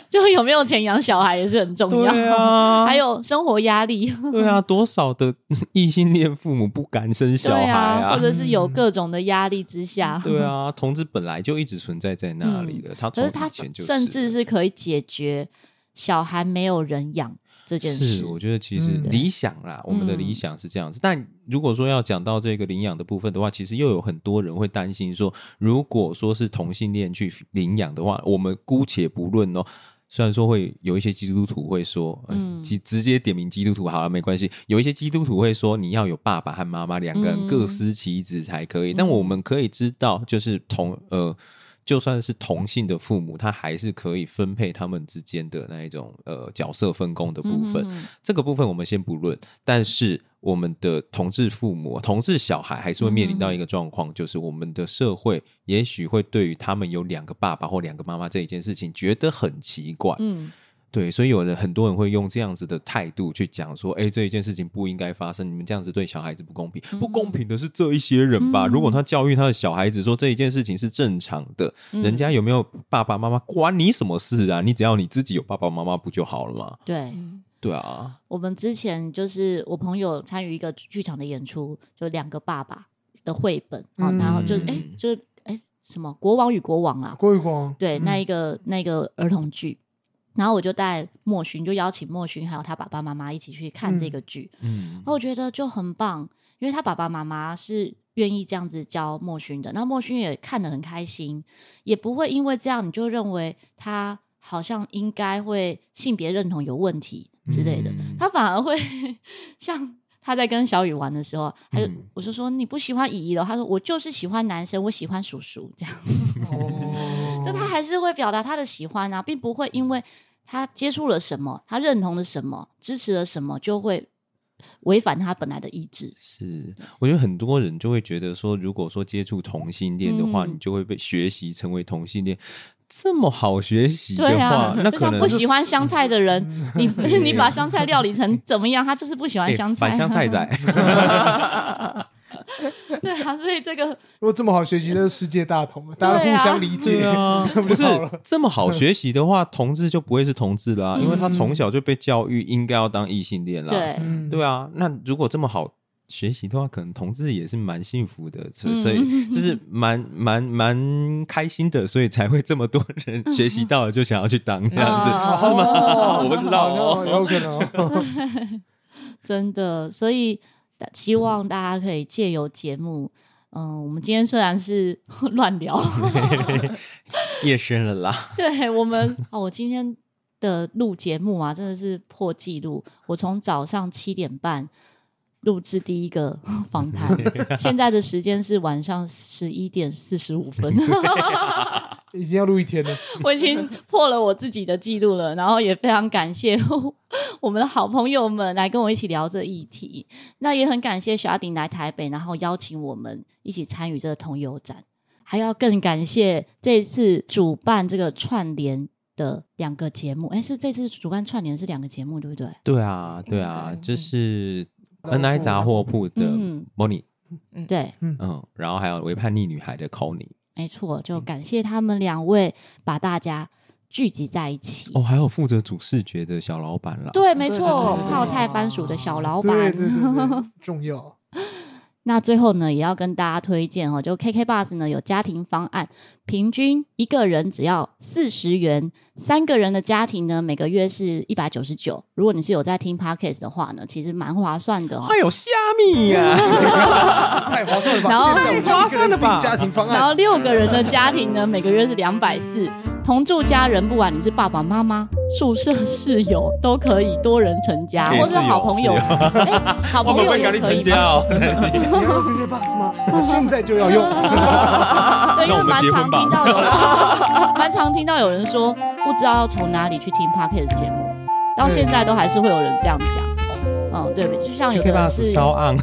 Speaker 1: 就有没有钱养小孩也是很重要。
Speaker 3: 对啊，
Speaker 1: 还有生活压力，
Speaker 3: 对啊，多少的 [LAUGHS] 异性恋父母不敢生小
Speaker 1: 对
Speaker 3: 孩
Speaker 1: 啊，或
Speaker 3: 啊？
Speaker 1: 者是有各种的压力之下，
Speaker 3: 对啊，同志本来就一直存在在那里的，他
Speaker 1: 嗯可
Speaker 3: 从
Speaker 1: 是他
Speaker 3: 哦以前就
Speaker 1: 甚至是可以解决小孩没有人养这件事
Speaker 3: 是，。我觉得其实
Speaker 2: 嗯
Speaker 3: 理想啦，我们的理想是这样子。但如果说要讲到这个领养的部分的话，其实又有很多人会担心说，如果说是同性恋去领养的话，我们姑且不论哦。虽然说会有一些基督徒会说，嗯，
Speaker 1: 嗯
Speaker 3: 直直接点名基督徒好了，没关系。有一些基督徒会说，你要有爸爸和妈妈两个人
Speaker 1: 嗯
Speaker 3: 各司其职才可以。但
Speaker 1: 嗯
Speaker 3: 我们可以知道，就是同呃，就算是同性的父母，他还是可以分配他们之间的那一种呃角色分工的部
Speaker 1: 嗯
Speaker 3: 分。
Speaker 1: 哼
Speaker 3: 这个部分我们先不论，但是我们的同志父母、同志小孩还是会面临到一个状况，就是我们的社会也许会对于他们有两个爸爸或两个妈妈这一件事情觉得很奇怪。
Speaker 1: 嗯，
Speaker 3: 对，所以有人很多人会用这样子的态度去讲说，哎，这一件事情不应该发生，你们这样子对小孩子不公平。不公平的是这一些人吧？
Speaker 1: 嗯
Speaker 3: 如果他教育他的小孩子说这一件事情是正常的，
Speaker 1: 嗯
Speaker 3: 人家有没有爸爸妈妈关你什么事啊？你只要你自己有爸爸妈妈不就好了吗？
Speaker 1: 对。
Speaker 3: 对啊，
Speaker 1: 我们之前就是我朋友参与一个剧场的演出，就两个爸爸的绘本，哦，
Speaker 2: 嗯
Speaker 1: 然后就哎、
Speaker 3: 嗯
Speaker 1: 就哎、什么国王与国王啊，
Speaker 2: 郭玉光，
Speaker 1: 对，
Speaker 2: 嗯
Speaker 1: 那一个那个儿童剧。然后我就带莫勋，就邀请莫勋还有他爸爸妈妈一起去看这个剧，
Speaker 3: 嗯
Speaker 1: 然，后我觉得就很棒，因为他爸爸妈妈是愿意这样子教莫勋的，那莫勋也看得很开心，也不会因为这样你就认为他好像应该会性别认同有问题之类的，
Speaker 3: 嗯
Speaker 1: 他反而会 [LAUGHS] 像他在跟小雨玩的时候，他就、
Speaker 3: 嗯
Speaker 1: 我就说你不喜欢姨姨了，他说我就是喜欢男生，我喜欢叔叔这样，
Speaker 2: 哦
Speaker 1: 就
Speaker 3: 嗯
Speaker 1: 他还是会表达他的喜欢啊，并不会因为他接触了什么，他认同了什么，支持了什么，就会违反他本来的意志。
Speaker 3: 是，我觉得很多人就会觉得说，如果说接触同性恋的话，
Speaker 1: 嗯
Speaker 3: 你就会被学习成为同性恋。这么好学习的
Speaker 1: 对
Speaker 3: 话，
Speaker 1: 啊，
Speaker 3: 那
Speaker 1: 就
Speaker 3: 可
Speaker 1: 像
Speaker 3: 能
Speaker 1: 不
Speaker 3: 就
Speaker 1: 喜欢
Speaker 3: 是嗯
Speaker 1: 香菜的人，你
Speaker 3: [LAUGHS]
Speaker 1: 你把香菜料理成怎么样，他就是不喜欢
Speaker 3: 哎
Speaker 1: 香菜、
Speaker 3: 反香菜仔，
Speaker 1: [LAUGHS] 对啊，所以这个
Speaker 2: 如果这么好学习，那就世界大同了，大家
Speaker 1: 对啊
Speaker 2: 互相理解，那不
Speaker 3: [LAUGHS] 不
Speaker 2: 就是好了？
Speaker 3: 这么好学习的话，同志就不会是同志啦，因为他从小就被教育应该要当异性恋啦。
Speaker 1: 嗯对。
Speaker 2: 嗯，
Speaker 3: 对啊，那如果这么好学习的话，可能同志也是蛮幸福的，
Speaker 1: 嗯
Speaker 3: 所以所以
Speaker 1: [LAUGHS]
Speaker 3: 就是蛮蛮蛮开心的，所以才会这么多人学习到了就想要去当这样子，
Speaker 1: 哦
Speaker 3: [LAUGHS] 是吗？
Speaker 2: 哦
Speaker 3: 我不知道
Speaker 2: 好像
Speaker 3: 哦。
Speaker 2: 有可能哦。
Speaker 1: 真的，所以大希望大家可以借由节目，嗯、我们今天虽然是 [LAUGHS] 乱聊，哦
Speaker 3: [LAUGHS] 夜深了啦，
Speaker 1: 对我们哦，我今天的录节目啊，真的是破纪录，我从早上七点半。录制第一个 [LAUGHS] 访谈，现在的时间是晚上十一点四十五分，
Speaker 2: 已经要录一天了，
Speaker 1: [LAUGHS] 我已经破了我自己的记录了，然后也非常感谢我们的好朋友们来跟我一起聊这议题，那也很感谢徐阿鼎来台北，然后邀请我们一起参与这个同游展，还要更感谢这次主办这个串联的两个节目，哎，是这次主办串联是两个节目对不对？
Speaker 3: 对啊，对啊，
Speaker 4: 嗯
Speaker 3: 就是 N I 杂货铺
Speaker 2: 啊
Speaker 3: 的
Speaker 1: 嗯
Speaker 3: Moni，
Speaker 1: 对，
Speaker 3: 嗯，然后还有为叛逆女孩的 Conny，
Speaker 1: 没错，
Speaker 2: 嗯
Speaker 1: 就感谢他们两位把大家聚集在一起。
Speaker 3: 哦，还有负责主视觉的小老板啦。
Speaker 1: 对，啊没错，
Speaker 2: 对对对
Speaker 1: 泡菜番薯的小老板，
Speaker 2: 对
Speaker 1: [LAUGHS]
Speaker 2: 对对对，重要。
Speaker 1: 那最后呢，也要跟大家推荐哦，就 KK Bus 呢有家庭方案，平均一个人只要四十元，三个人的家庭呢每个月是一百九十九。如果你是有在听 Podcast 的话呢，其实蛮划算的哦。
Speaker 3: 还有哎虾米呀、
Speaker 2: [LAUGHS] 太划算了吧？
Speaker 1: 然后
Speaker 2: 现在我就一个人
Speaker 3: 太划算了吧
Speaker 2: 订家庭方
Speaker 1: 然后
Speaker 2: 案，
Speaker 1: 六个
Speaker 3: 哎
Speaker 1: 人的家庭呢，每个月是两百四。同住家人，不管你是爸爸妈妈、宿舍室友，都可以多人成家，
Speaker 3: 也
Speaker 1: 或是
Speaker 3: 是
Speaker 1: 好
Speaker 3: 有
Speaker 1: 朋
Speaker 3: 是
Speaker 1: 友，
Speaker 3: 有
Speaker 1: 哎，好
Speaker 3: 我
Speaker 1: 朋
Speaker 3: 们
Speaker 1: 友
Speaker 3: 会
Speaker 1: 也
Speaker 3: 跟你
Speaker 1: 可
Speaker 3: 成
Speaker 1: 以吧。嗯
Speaker 3: 家 [LAUGHS] 哦。
Speaker 2: 你要用 DJ Box
Speaker 1: [LAUGHS]
Speaker 2: 吗？我现在就要
Speaker 3: [LAUGHS]
Speaker 2: 用。 [LAUGHS]
Speaker 1: 对，因
Speaker 3: 那
Speaker 1: 为
Speaker 3: 我们
Speaker 1: 蛮
Speaker 3: 结婚
Speaker 1: 常听
Speaker 3: 吧
Speaker 1: 到有， [LAUGHS] 蛮常听到有人说不知道要从哪里去听 p o d c a s t 节目，到现在都还是会有人这样讲。嗯，对，就像有
Speaker 3: GK
Speaker 1: 的人
Speaker 3: Bus
Speaker 1: 是，
Speaker 3: 烧
Speaker 1: [LAUGHS]
Speaker 3: on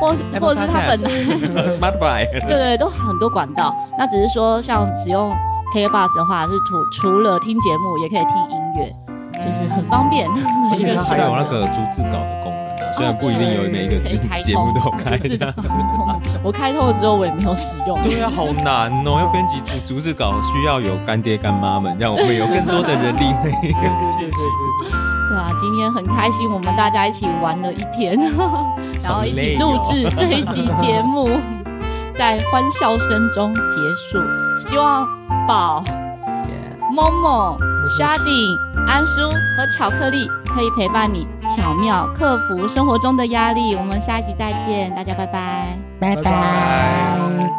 Speaker 1: 或是或者是他本来， [LAUGHS]
Speaker 3: Smart Buy，
Speaker 1: 对对，都很多管道。那只是说，像使用 KK Bus 的话，是除除了听 [LAUGHS] 节目，也可以听音乐，就是很方便的一
Speaker 3: 而且
Speaker 1: 个
Speaker 3: 它
Speaker 1: 选
Speaker 3: 还有那
Speaker 1: 择。哦
Speaker 3: 个逐字稿的功能。啊，虽然不一定有每一个
Speaker 1: 可以开
Speaker 3: 节目
Speaker 1: 通
Speaker 3: 都有开
Speaker 1: 自动
Speaker 3: 的。
Speaker 1: 通我开通了之后，我也没有使用。
Speaker 3: [LAUGHS] 对啊，好难哦！要编辑逐逐字稿，需要有干爹干妈们，让我们有更多的人力可以进行。
Speaker 1: 对啊，今天很开心，我们大家一起玩了一天， [LAUGHS] 然后一起录制这一集节目，在欢笑声中结束。希望宝、某某、沙丁、安叔和巧克力可以陪伴你，巧妙克服生活中的压力。我们下一集再见，大家拜拜。
Speaker 2: 拜拜。